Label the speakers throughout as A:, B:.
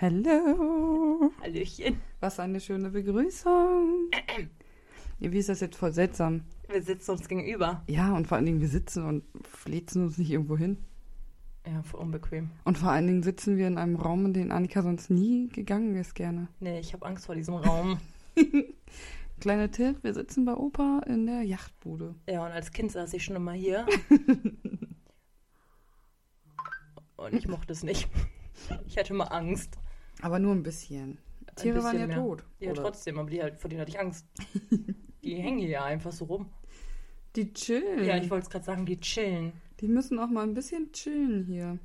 A: Hallo.
B: Hallöchen.
A: Was eine schöne Begrüßung. Ja, wie ist das jetzt voll seltsam?
B: Wir sitzen uns gegenüber.
A: Ja, und vor allen Dingen, wir sitzen und flitzen uns nicht irgendwo hin.
B: Ja, voll unbequem.
A: Und vor allen Dingen sitzen wir in einem Raum, in den Annika sonst nie gegangen ist gerne.
B: Nee, ich habe Angst vor diesem Raum.
A: Kleiner Tipp, wir sitzen bei Opa in der Yachtbude.
B: ja, und als Kind saß ich schon immer hier. und ich mochte es nicht. Ich hatte immer Angst.
A: Aber nur ein bisschen. Tiere waren ja
B: bisschen mehr.
A: tot.
B: Ja,
A: oder?
B: trotzdem, aber die, halt- vor denen hatte ich Angst. Die hängen hier einfach so rum.
A: Die chillen.
B: Ja, ich wollte es gerade sagen, die chillen.
A: Die müssen auch mal ein bisschen chillen hier.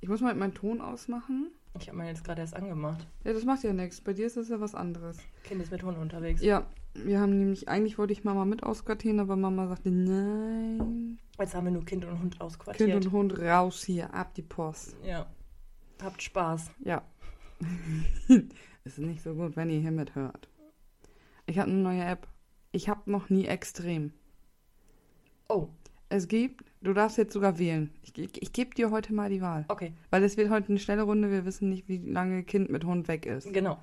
A: Ich muss mal meinen Ton ausmachen.
B: Ich habe meinen jetzt gerade erst angemacht.
A: Ja, das macht ja nichts. Bei dir ist das ja was anderes.
B: Kind ist mit Hunden unterwegs.
A: Ja, wir haben nämlich, eigentlich wollte ich Mama mit ausquartieren, aber Mama sagte, nein.
B: Jetzt haben wir nur Kind und Hund ausquartiert.
A: Kind und Hund raus hier, ab die Post.
B: Ja. Habt Spaß.
A: Ja. es ist nicht so gut, wenn ihr hier mithört. Ich habe eine neue App. Ich habe noch nie extrem.
B: Oh,
A: Es gibt, du darfst jetzt sogar wählen. Ich, ich, ich gebe dir heute mal die Wahl.
B: okay.
A: Weil es wird heute eine schnelle Runde, wir wissen nicht, wie lange Kind mit Hund weg ist.
B: Genau.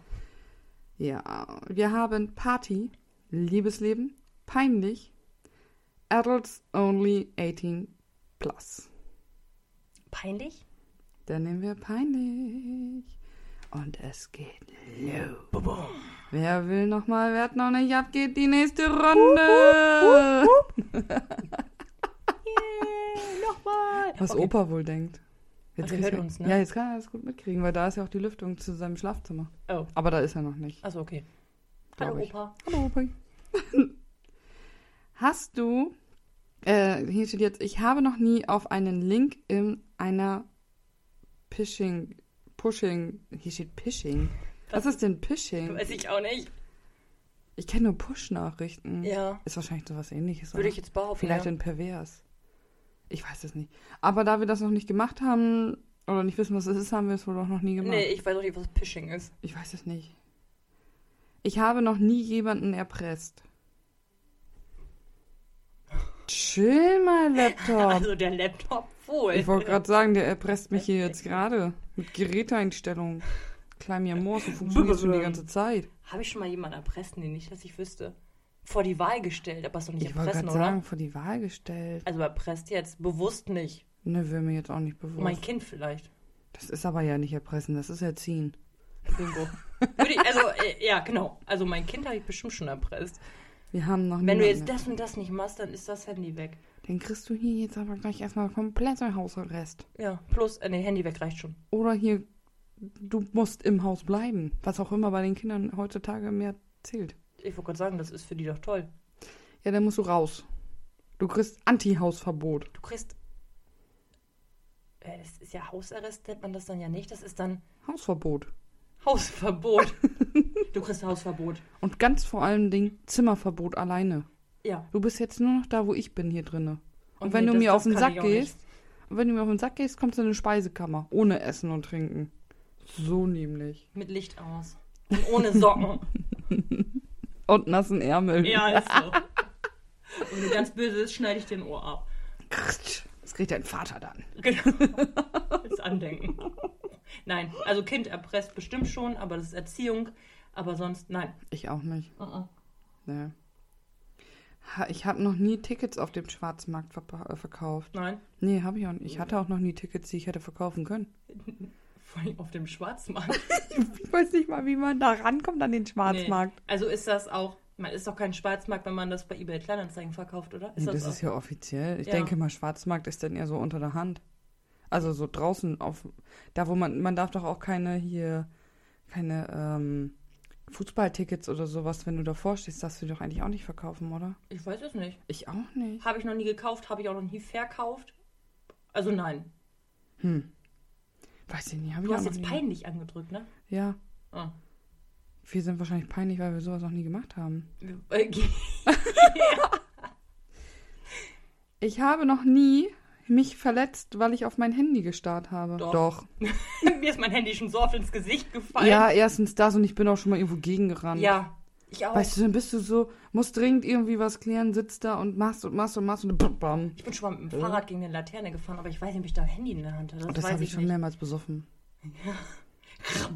A: Ja, wir haben Party, Liebesleben, peinlich, Adults Only 18 Plus.
B: Peinlich?
A: Dann nehmen wir peinlich. Und es geht los. Wer will nochmal, wer hat noch nicht abgeht, die nächste Runde.
B: Yeah, nochmal.
A: Was
B: Okay.
A: Opa wohl denkt.
B: Ach, der hört
A: kriegst du-
B: uns, ne?
A: Ja, jetzt kann er das gut mitkriegen, weil da ist ja auch die Lüftung zu seinem Schlafzimmer.
B: Oh,
A: Aber da ist er noch nicht.
B: achso, okay.
A: Glaub
B: Hallo
A: ich.
B: Opa.
A: Hallo, Opa. Hast du, äh, hier steht jetzt, ich habe noch nie auf einen Link in einer Pishing, Pushing, hier steht Pishing. Was ist denn Pishing?
B: Weiß ich auch nicht.
A: Ich kenne nur Push-Nachrichten.
B: Ja.
A: Ist wahrscheinlich sowas ähnliches.
B: Würde
A: oder?
B: ich jetzt behaupten.
A: Vielleicht
B: ja.
A: in Pervers. Ich weiß es nicht. Aber da wir das noch nicht gemacht haben oder nicht wissen, was es ist, haben wir es wohl auch noch nie gemacht.
B: Nee, ich weiß auch nicht, was Phishing ist.
A: Ich weiß es nicht. Ich habe noch nie jemanden erpresst. Chill mal, Laptop.
B: Also der Laptop wohl.
A: Ich wollte gerade sagen, der erpresst mich hier jetzt gerade. Mit Geräteeinstellungen. Klein mir Moor, so funktioniert schon die ganze Zeit.
B: Habe ich schon mal jemanden erpresst? Nee, nicht, dass ich wüsste. Vor die Wahl gestellt, aber ist doch nicht
A: Ich wollte
B: erpressen,
A: gerade
B: oder?
A: sagen, vor die Wahl gestellt.
B: Also erpresst jetzt, bewusst nicht.
A: Ne, wäre mir jetzt auch nicht
B: Mein
A: bewusst.
B: Kind vielleicht.
A: Das ist aber ja nicht erpressen, das ist erziehen.
B: Bingo. Würde ich, also, äh, ja, genau. Also mein Kind habe ich bestimmt schon erpresst.
A: Wir haben noch
B: Wenn du
A: niemanden-
B: jetzt das und das nicht machst, dann ist das Handy weg.
A: Dann kriegst du hier jetzt aber gleich erstmal komplett ein Hausarrest.
B: Ja, plus, äh, nee, Handy weg reicht schon.
A: Oder hier, du musst im Haus bleiben. Was auch immer bei den Kindern heutzutage mehr zählt.
B: Ich wollte gerade sagen, das ist für die doch toll.
A: Ja, dann musst du raus. Du kriegst Anti-Hausverbot.
B: Du kriegst. Äh, Das ist ja Hausarrest, nennt man das dann ja nicht. Das ist dann
A: Hausverbot.
B: Hausverbot. du kriegst Hausverbot.
A: Und ganz vor allem Dingen Zimmerverbot alleine.
B: Ja.
A: Du bist jetzt nur noch da, wo ich bin hier drinne. Und,
B: Und
A: wenn
B: nee,
A: du
B: das-
A: mir
B: das
A: auf den
B: kann
A: Sack
B: ich auch
A: gehst, und wenn du mir auf den Sack gehst, kommst du in eine Speisekammer. Ohne Essen und Trinken. So nämlich.
B: Mit Licht aus. Und ohne Socken.
A: Und nassen Ärmeln.
B: ja, ist so. Und wenn du ganz böse bist, schneide ich dir ein Ohr ab.
A: Kratsch. Das kriegt dein Vater dann.
B: Genau. Das Andenken. Nein, also Kind erpresst bestimmt schon, aber das ist Erziehung. Aber sonst, nein.
A: Ich auch nicht.
B: Mhm.
A: Nee. Ne? Ha- Ich habe noch nie Tickets auf dem Schwarzmarkt verpa- äh, verkauft.
B: Nein.
A: Nee, habe ich auch nicht. Ich hatte auch noch nie Tickets, die ich hätte verkaufen können.
B: Vor allem auf dem Schwarzmarkt.
A: Ich weiß nicht mal, wie man da rankommt an den
B: Nee. Also ist das auch, man ist doch kein Schwarzmarkt, wenn man das bei eBay Kleinanzeigen verkauft, oder?
A: Nee, das
B: auch-
A: ist ja offiziell. Ich
B: Ja.
A: denke mal, Schwarzmarkt ist dann eher so unter der Hand. Also so draußen auf da wo man man darf doch auch keine hier keine ähm, Fußballtickets oder sowas, wenn du davor stehst, darfst du die doch eigentlich auch nicht verkaufen, oder?
B: Ich weiß es nicht.
A: Ich auch nicht.
B: Habe ich noch nie gekauft, habe ich auch noch nie verkauft. Also nein.
A: Weiß ich nicht, habe ich
B: Du
A: auch
B: hast
A: noch
B: jetzt
A: nie.
B: peinlich angedrückt, ne?
A: Ja,
B: Ah.
A: wir sind wahrscheinlich peinlich, weil wir sowas noch nie gemacht haben.
B: Äh,
A: Ich habe noch nie mich verletzt, weil ich auf mein Handy gestarrt habe.
B: Doch.
A: Doch.
B: Mir ist mein Handy schon so oft ins Gesicht gefallen.
A: Ja, erstens das und ich bin auch schon mal irgendwo gegengerannt.
B: Ja, ich auch.
A: Weißt du, dann bist du so, musst dringend irgendwie was klären, sitzt da und machst und machst und machst und bam. bam.
B: ich bin schon mal mit dem Fahrrad gegen eine Laterne gefahren, aber ich weiß nicht, ob ich da ein Handy in der Hand hatte. Das,
A: Und Oh, das
B: weiß
A: habe
B: ich
A: ich schon
B: nicht.
A: mehrmals besoffen.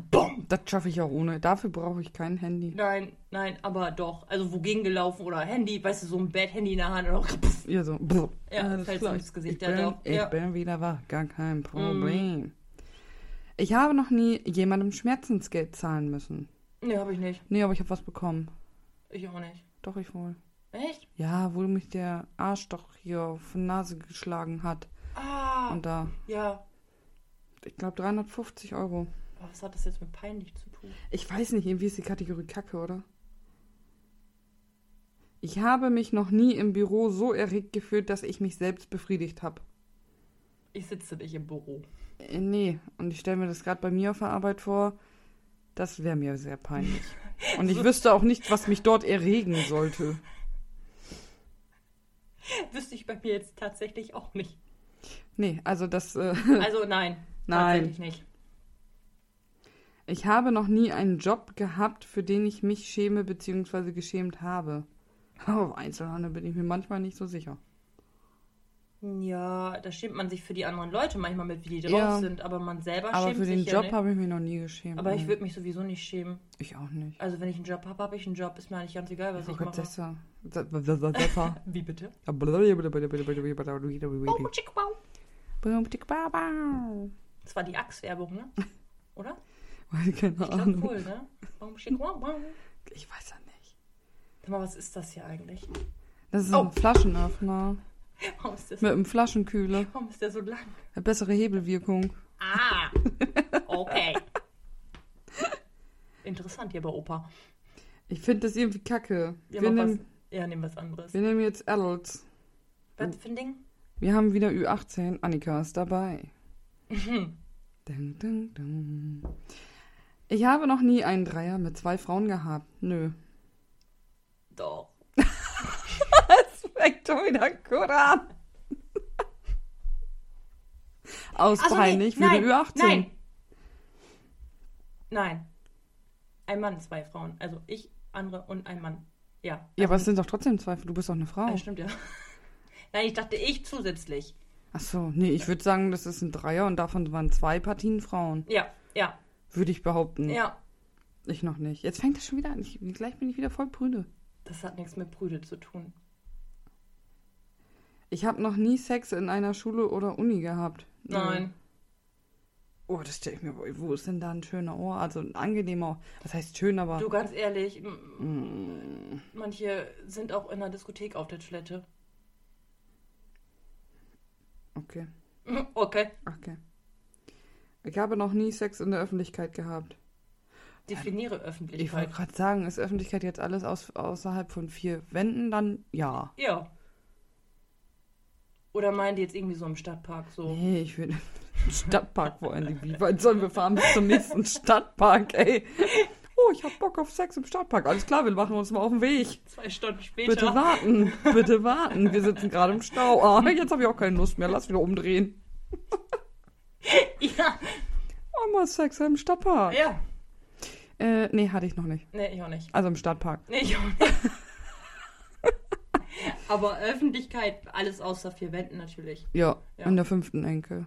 B: Boom.
A: Das schaffe ich auch ohne. Dafür brauche ich kein Handy.
B: Nein, nein, aber doch. Also wogegen gelaufen oder Handy, weißt du, so ein Bad-Handy in der Hand oder pff,
A: Ja, so. brr.
B: Ja,
A: Alles
B: fällt's
A: klar.
B: ins Gesicht,
A: Ich,
B: ja,
A: bin,
B: doch.
A: ich
B: Ja. Mhm.
A: bin wieder wach, gar kein Problem. Ich habe noch nie jemandem Schmerzensgeld zahlen müssen.
B: Nee, hab ich nicht.
A: Nee, aber ich habe was bekommen.
B: Ich auch nicht.
A: Doch, ich wohl.
B: Echt?
A: Ja, wo mich der Arsch doch hier auf die Nase geschlagen hat.
B: Ah,
A: Und da,
B: ja.
A: ich glaube, 350 Euro.
B: Aber was hat das jetzt mit peinlich zu tun?
A: Ich weiß nicht, irgendwie ist die Kategorie Kacke, oder? Ich habe mich noch nie im Büro so erregt gefühlt, dass ich mich selbst befriedigt habe.
B: Ich sitze nicht im Büro.
A: Äh, Nee, und ich stelle mir das gerade bei mir auf der Arbeit vor, das wäre mir sehr peinlich. Und ich wüsste auch nicht, was mich dort erregen sollte.
B: Wüsste ich bei mir jetzt tatsächlich auch nicht.
A: Nee, also das, äh,
B: Also nein.
A: Nein.
B: Tatsächlich nicht.
A: ich habe noch nie einen Job gehabt, für den ich mich schäme bzw. geschämt habe. Auf Einzelhandel bin ich mir manchmal nicht so sicher.
B: Ja, da schämt man sich für die anderen Leute manchmal mit, wie die drauf
A: Ja.
B: sind, aber man selber
A: Aber
B: schämt
A: für den
B: sich
A: Job Mhm.
B: ja nicht.
A: habe ich mich noch nie geschämt.
B: Aber ich
A: nee.
B: würde mich sowieso nicht schämen.
A: Ich auch nicht.
B: Also wenn ich einen Job habe, habe ich einen Job. Ist mir eigentlich ganz egal, was
A: Oh
B: ich
A: Gott,
B: mache.
A: das war- das- das- das- das war-
B: Wie bitte? Oh,
A: Das
B: tschick, wow. Das war die Axe-Werbung, ne? Oder?
A: Keine
B: Ich glaube
A: Ahnung.
B: wohl, ne? Warum schick, wow, wow.
A: Ich weiß ja nicht.
B: Sag mal, was ist das hier eigentlich?
A: Das ist
B: Oh.
A: ein Flaschenöffner.
B: Warum ist, das,
A: Mit einem Flaschenkühler.
B: warum ist der so lang?
A: Eine bessere Hebelwirkung.
B: Ah! Okay. Interessant hier bei Opa.
A: Ich finde das irgendwie kacke.
B: Ja,
A: wir,
B: mach was,
A: nehmen,
B: ja, nehmen was anderes.
A: wir nehmen jetzt Adults.
B: Was für ein Ding?
A: Wir haben wieder Ü18. Annika ist dabei. Dun, dun, dun. Ich habe noch nie einen Dreier mit zwei Frauen gehabt. Nö.
B: Doch.
A: Fängt doch wieder gut an. Aus
B: Ach so, nee,
A: peinlich für
B: nein,
A: die Ü18.
B: Nein. Nein. Ein Mann, zwei Frauen. Also ich, andere und ein Mann. Ja.
A: Ja, aber es sind doch trotzdem zwei. Du bist doch eine Frau.
B: Ja, stimmt ja. Nein, ich dachte ich zusätzlich.
A: Ach so, nee, ich würde sagen, das ist ein Dreier und davon waren zwei Partien Frauen.
B: Ja, ja,
A: Würde ich behaupten.
B: ja.
A: Ich noch nicht. Jetzt fängt das schon wieder an. Ich, gleich bin ich wieder voll prüde.
B: Das hat nichts mit Brüde zu
A: Hm.
B: tun.
A: Ich habe noch nie Sex in einer Schule oder Uni gehabt. Nö.
B: Nein.
A: Oh, das stelle ich mir vor. Wo ist denn da ein schöner Ohr? Also ein angenehmer. Ohr. Das heißt schön, aber.
B: Du, ganz ehrlich,
A: Hm.
B: m- manche sind auch in der Diskothek auf der Toilette.
A: Okay,
B: Okay,
A: okay. Ich habe noch nie Sex in der Öffentlichkeit gehabt.
B: definiere
A: Ich wollte
B: Öffentlichkeit.
A: gerade sagen, ist Öffentlichkeit jetzt alles aus, außerhalb von vier Wänden? Dann ja.
B: Ja. Oder meint ihr jetzt irgendwie so im Stadtpark so?
A: Nee, ich will. Stadtpark vor allem. Wie weit sollen wir fahren bis zum nächsten Stadtpark, ey? Oh, ich hab Bock auf Sex im Stadtpark. Alles klar, wir machen uns mal auf den Weg.
B: Zwei Stunden später.
A: Bitte warten, bitte warten. Wir sitzen gerade im Stau. Ah, jetzt habe ich auch keine Lust mehr. Lass wieder umdrehen.
B: Ja,
A: Oh, mal Sex im Stadtpark.
B: ja.
A: Äh, nee, hatte ich noch nicht.
B: Nee, ich auch nicht.
A: Also im Stadtpark.
B: Nee, ich auch nicht. Aber Öffentlichkeit, alles außer vier Wänden natürlich.
A: Ja,
B: Ja.
A: in der fünften Enke.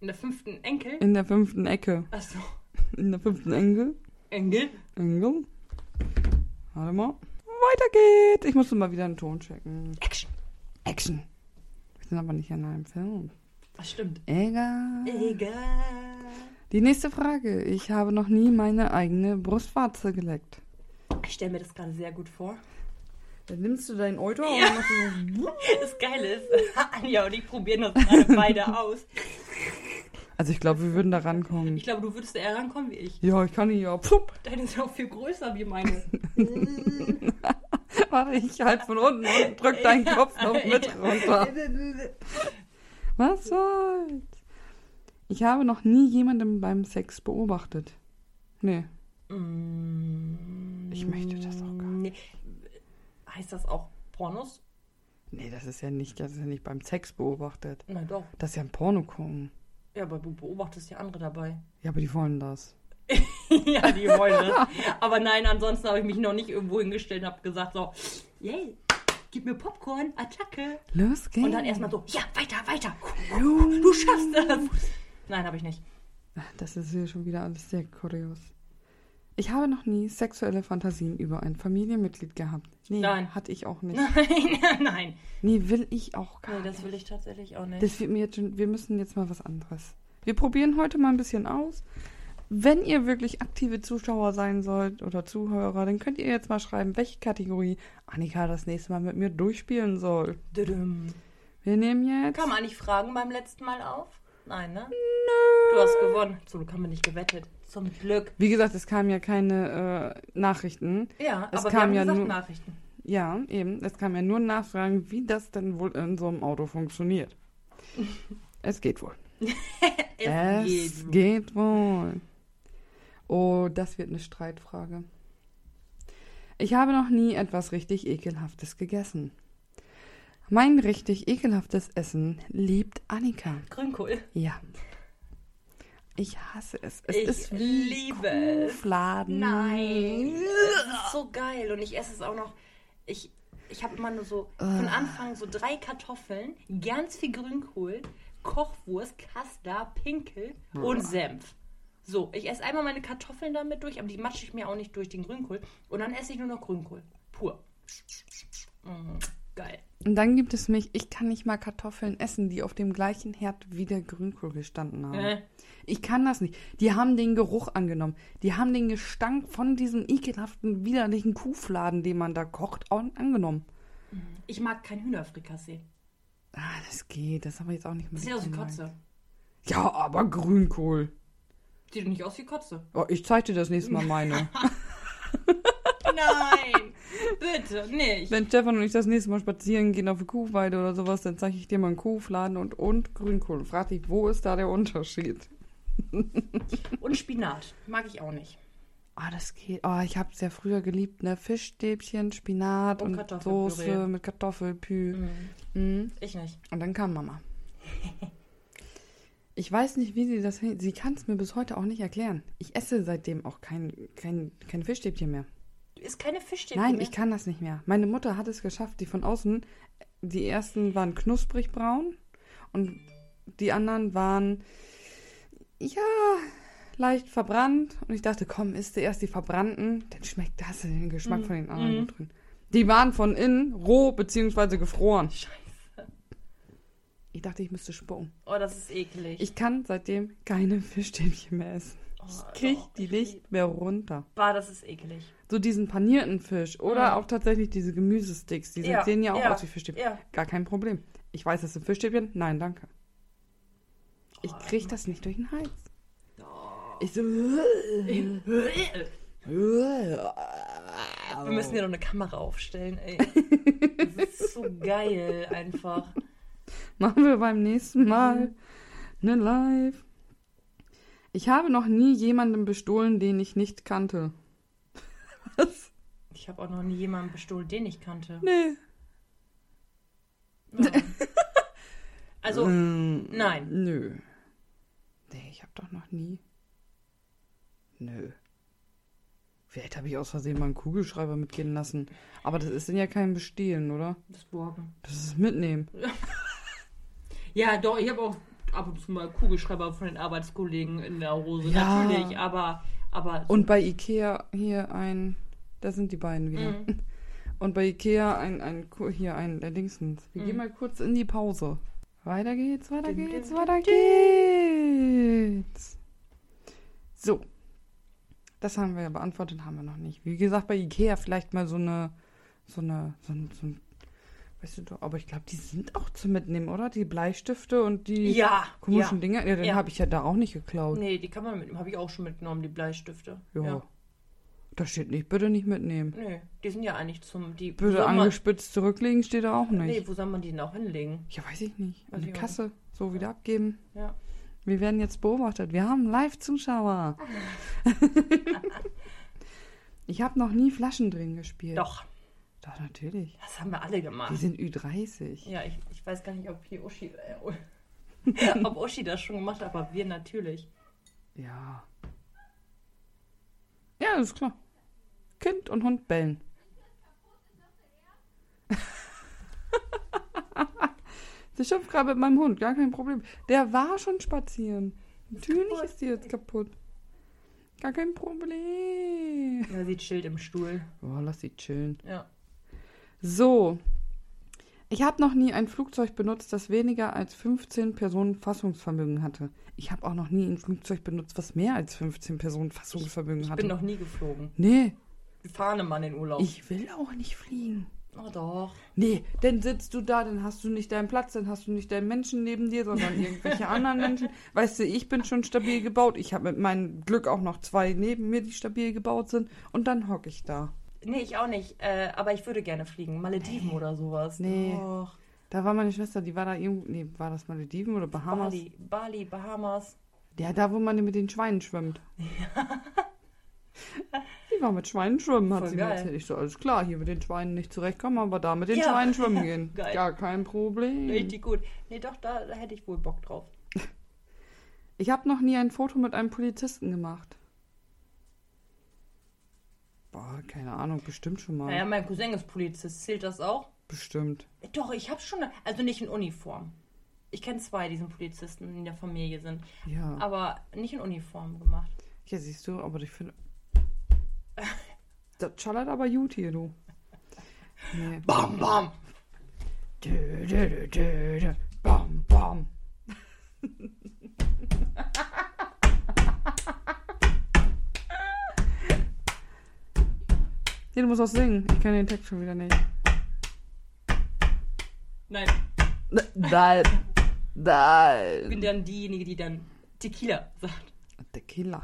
B: In der fünften Enkel.
A: In der fünften Ecke.
B: Achso,
A: In der fünften Engel.
B: Engel.
A: Engel. Warte mal. Weiter geht's. Ich musste mal wieder einen Ton checken.
B: Action.
A: Action. Wir sind aber nicht in einem Film.
B: Das stimmt.
A: Egal.
B: Egal.
A: Die nächste Frage. Ich habe noch nie meine eigene Brustwarze geleckt.
B: Ich stelle mir das gerade sehr gut vor.
A: Dann nimmst du deinen Euter
B: Ja.
A: und machst so.
B: Das Geile ist, Anja und ich probieren das gerade beide aus.
A: Also ich glaube, wir würden da rankommen.
B: Ich glaube, du würdest da eher rankommen wie ich.
A: Ja, ich kann ihn ja. Pup.
B: Deine ist ja auch viel größer wie meine.
A: Warte, ich halt von unten und drück deinen Kopf noch mit runter. Was soll's? Ich habe noch nie jemanden beim Sex beobachtet. Nee. Ich möchte das auch gar nicht.
B: Mm, Nee. Heißt das auch Pornos?
A: Nee, das ist ja nicht, das ist ja nicht beim Sex beobachtet.
B: Na doch.
A: Das ist ja ein Porno gucken.
B: Ja, aber du beobachtest ja andere dabei.
A: Ja, aber die wollen das.
B: ja, die wollen das. Aber nein, ansonsten habe ich mich noch nicht irgendwo hingestellt und habe gesagt so, yay, gib mir Popcorn, Attacke.
A: Los geht's.
B: Und dann erstmal so, ja, weiter, weiter.
A: Los.
B: Du schaffst das. Nein, habe ich nicht.
A: Das ist hier schon wieder alles sehr kurios. Ich habe noch nie sexuelle Fantasien über ein Familienmitglied gehabt. Nee,
B: Nein.
A: hatte ich auch nicht.
B: Nein, nein, nein.
A: Nee, will ich auch gar
B: Nee, das
A: nicht.
B: will ich tatsächlich auch nicht.
A: Das wird mir jetzt schon, wir müssen jetzt mal was anderes. Wir probieren heute mal ein bisschen aus. Wenn ihr wirklich aktive Zuschauer sein sollt oder Zuhörer, dann könnt ihr jetzt mal schreiben, welche Kategorie Annika das nächste Mal mit mir durchspielen soll.
B: Düdüm.
A: Wir nehmen jetzt.
B: Kam man nicht fragen beim letzten Mal auf? Nein, ne? Nö. Du hast gewonnen. Zum Glück haben wir nicht gewettet. Zum Glück.
A: Wie gesagt, es kamen ja keine äh, Nachrichten.
B: Ja,
A: Es
B: aber
A: kam
B: wir
A: ja
B: haben gesagt
A: nur-
B: Nachrichten.
A: Ja, eben. Es kamen ja nur Nachfragen, wie das denn wohl in so einem Auto funktioniert. es geht wohl.
B: Äh,
A: Es
B: geht.
A: geht wohl. Oh, das wird eine Streitfrage. Ich habe noch nie etwas richtig Ekelhaftes gegessen. Mein richtig ekelhaftes Essen liebt Annika.
B: Grünkohl.
A: Ja. Ich hasse es. Es
B: Ich
A: ist wie
B: liebe es.
A: Kuhfladen.
B: Es ist so geil und ich esse es auch noch. Ich, ich habe immer nur so von Anfang so drei Kartoffeln, ganz viel Grünkohl, Kochwurst, Kastar, Pinkel und Senf. So, ich esse einmal meine Kartoffeln damit durch, aber die matsche ich mir auch nicht durch den Grünkohl. Und dann esse ich nur noch Grünkohl. Pur. Mm, geil.
A: Und dann gibt es mich, ich kann nicht mal Kartoffeln essen, die auf dem gleichen Herd wie der Grünkohl gestanden haben.
B: Äh.
A: Ich kann das nicht. Die haben den Geruch angenommen. Die haben den Gestank von diesem ekelhaften, widerlichen Kuhfladen, den man da kocht, an- angenommen.
B: Ich mag kein Hühnerfrikassee.
A: Ah, das geht. Das habe ich jetzt auch nicht mehr.
B: Das sieht aus wie Kotze.
A: Ja, aber Grünkohl.
B: Sieht doch nicht aus wie Kotze.
A: Oh, ich zeig dir das nächste Mal meine.
B: Nein! Bitte, nicht.
A: Wenn Stefan und ich das nächste Mal spazieren gehen auf die Kuhweide oder sowas, dann zeige ich dir mal einen Kuhfladen und, und Grünkohl. Und frag dich, wo ist da der Unterschied?
B: Und Spinat. Mag ich auch nicht.
A: Ah, das geht. Oh, ich habe es ja früher geliebt, ne? Fischstäbchen, Spinat
B: Und
A: und,
B: Kartoffelpüree.
A: Soße mit Kartoffelpü. Mhm.
B: Ich nicht.
A: Und dann kam Mama. Ich weiß nicht, wie sie das hin. Sie kann es mir bis heute auch nicht erklären. Ich esse seitdem auch kein, kein, kein Fischstäbchen mehr.
B: Du isst keine Fischstäbchen
A: Nein,
B: mehr?
A: ich kann das nicht mehr. Meine Mutter hat es geschafft, die von außen, die ersten waren knusprig braun und die anderen waren, ja, leicht verbrannt. Und ich dachte, komm, isst du erst die verbrannten, dann schmeckt das den Geschmack
B: Mhm.
A: von den anderen gut drin. Die waren von innen roh bzw. gefroren.
B: Scheiße.
A: Ich dachte, ich müsste spucken.
B: Oh, das ist eklig.
A: Ich kann seitdem keine Fischstäbchen mehr essen. Ich
B: Oh,
A: krieg
B: doch,
A: die
B: ich
A: nicht mehr runter.
B: Bah, das ist eklig.
A: So diesen panierten Fisch oder auch tatsächlich diese Gemüsesticks, die
B: Mhm. Ja,
A: sehen ja auch
B: ja,
A: aus wie Fischstäbchen.
B: ja.
A: Gar kein Problem. Ich weiß, das sind Fischstäbchen. Nein, danke. Ich
B: Oh,
A: krieg das nicht durch den Hals. Ich so.
B: Wir müssen hier noch eine Kamera aufstellen, ey. Das ist so geil einfach.
A: Machen wir beim nächsten Mal
B: Mhm.
A: ne Live. Ich habe noch nie jemanden bestohlen, den ich nicht kannte. Was?
B: Ich habe auch noch nie jemanden bestohlen, den ich kannte.
A: Nee.
B: Ja. Also,
A: Mm,
B: nein.
A: Nö. Nee, ich habe doch noch nie. Nö. Vielleicht habe ich aus Versehen mal einen Kugelschreiber mitgehen lassen. Aber das ist denn ja kein Bestehlen, oder?
B: das Borgen.
A: Das ist Mitnehmen.
B: Ja, doch, ich habe auch ab und zu mal Kugelschreiber von den Arbeitskollegen in der Hose.
A: Ja. Oh,
B: Natürlich, aber, aber so-
A: Und bei Ikea hier ein. Da sind die beiden wieder.
B: Mhm.
A: Und bei Ikea ein, ein, Ku- hier ein, der Dingsens. Wir
B: Mhm.
A: gehen mal kurz in die Pause. Weiter geht's, weiter
B: Dün, dün,
A: geht's,
B: dün,
A: weiter geht's. So. Das haben wir ja beantwortet, haben wir noch nicht. Wie gesagt, bei Ikea vielleicht mal so eine, so eine, so ein, so ein weißt du doch, aber ich glaube, die sind auch zu mitnehmen, oder? Die Bleistifte und die
B: Ja,
A: komischen
B: ja.
A: Dinger. Ja, den
B: Ja.
A: habe ich ja da auch nicht geklaut.
B: Nee, die kann man mitnehmen. Habe ich auch schon mitgenommen, die Bleistifte.
A: Ja. Da steht nicht, bitte nicht mitnehmen.
B: Nee, die sind ja eigentlich zum. Die wo
A: Bitte
B: soll man-
A: angespitzt zurücklegen steht da auch nicht.
B: Nee, wo soll man die denn auch hinlegen?
A: Ja, weiß ich nicht.
B: Weiß
A: An die
B: ich auch
A: Kasse. So wieder abgeben.
B: Ja.
A: Wir werden jetzt beobachtet. Wir haben Live-Zuschauer. ich habe noch nie Flaschen drin gespielt.
B: Doch,
A: Doch, natürlich.
B: das haben wir alle gemacht.
A: Die sind Ü30.
B: Ja, ich, ich weiß gar nicht, ob hier Uschi. Äh, ob Uschi das schon gemacht hat, aber wir natürlich.
A: Ja. Ja, ist klar. Kind und Hund bellen. Sie schimpft gerade mit meinem Hund, gar kein Problem. Der war schon spazieren. Natürlich kaputt. ist die jetzt kaputt. Gar kein Problem.
B: Ja, sie chillt im Stuhl.
A: Boah, lass sie chillen.
B: Ja.
A: So. Ich habe noch nie ein Flugzeug benutzt, das weniger als 15 Personen Fassungsvermögen hatte. Ich habe auch noch nie ein Flugzeug benutzt, was mehr als 15 Personen Fassungsvermögen
B: Ich
A: hatte.
B: bin noch nie geflogen.
A: nee,
B: Wir fahren immer in den Urlaub.
A: ich will auch nicht fliegen.
B: Oh doch.
A: Nee, dann sitzt du da, dann hast du nicht deinen Platz, dann hast du nicht deinen Menschen neben dir, sondern irgendwelche anderen Menschen. Weißt du, ich bin schon stabil gebaut. Ich habe mit meinem Glück auch noch zwei neben mir, die stabil gebaut sind. Und dann hocke ich da.
B: Nee, ich auch nicht. Äh, aber ich würde gerne fliegen. Malediven oder sowas.
A: Nee.
B: Doch.
A: Da war meine Schwester, die war da irgendwo. Nee, war das Malediven oder Bahamas?
B: Bali, Bali, Bahamas.
A: Ja, da, wo man mit den Schweinen schwimmt. Die war mit Schweinen schwimmen, hat
B: Voll
A: sie mir
B: geil.
A: erzählt. Ich so, alles klar, hier mit den Schweinen nicht zurechtkommen, aber da mit den
B: Ja.
A: Schweinen schwimmen gehen.
B: Geil.
A: Gar kein Problem.
B: Richtig gut. Nee, doch, da, da hätte ich wohl Bock drauf.
A: Ich habe noch nie ein Foto mit einem Polizisten gemacht. Boah, keine Ahnung, bestimmt schon mal.
B: Naja, Ah, mein Cousin ist Polizist. Zählt das auch?
A: Bestimmt.
B: Doch, ich habe schon. Also nicht in Uniform. Ich kenne zwei, die sind Polizisten, die in der Familie sind.
A: Ja.
B: Aber nicht in Uniform gemacht.
A: Ja, siehst du, aber ich finde. Das schallert aber gut hier, du. Nee.
B: Bam, bam!
A: Dö, dö, dö, dö, dö. Bam, bam. Ja, du musst auch singen. Ich kann den Text schon wieder nicht.
B: Nein,
A: Nein.
B: ich bin
A: Nein.
B: dann diejenige, die dann Tequila sagt.
A: Der Killer.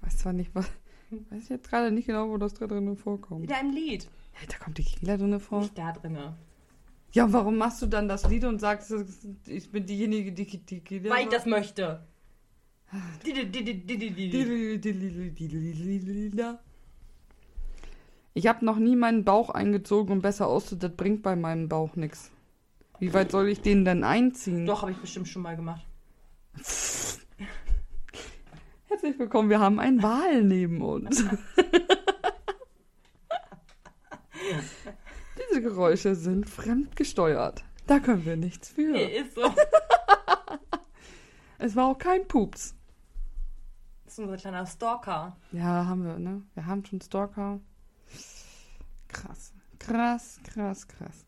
A: Ich weiß zwar nicht, was. Weiß jetzt gerade nicht genau, wo das da drin vorkommt.
B: Wieder im Lied.
A: Hey, da kommt die Killer drin vor.
B: Nicht da ne? drinne.
A: Ja, und warum machst du dann das Lied und sagst, ich bin diejenige, die die Killer.
B: Weil ich das möchte. Di- di- di- di- di- di- di- di.
A: Ich habe noch nie meinen Bauch eingezogen, um besser auszusehen. Das bringt bei meinem Bauch nichts. Wie weit soll ich den denn einziehen?
B: Doch, habe ich bestimmt schon mal gemacht.
A: Herzlich willkommen, wir haben einen Wal neben uns. Diese Geräusche sind fremdgesteuert. Da können wir nichts für.
B: Nee, Ist so.
A: Es war auch kein Pups.
B: ist unser kleiner Stalker.
A: Ja, haben wir, ne? Wir haben schon Stalker. Krass. Krass, krass, krass.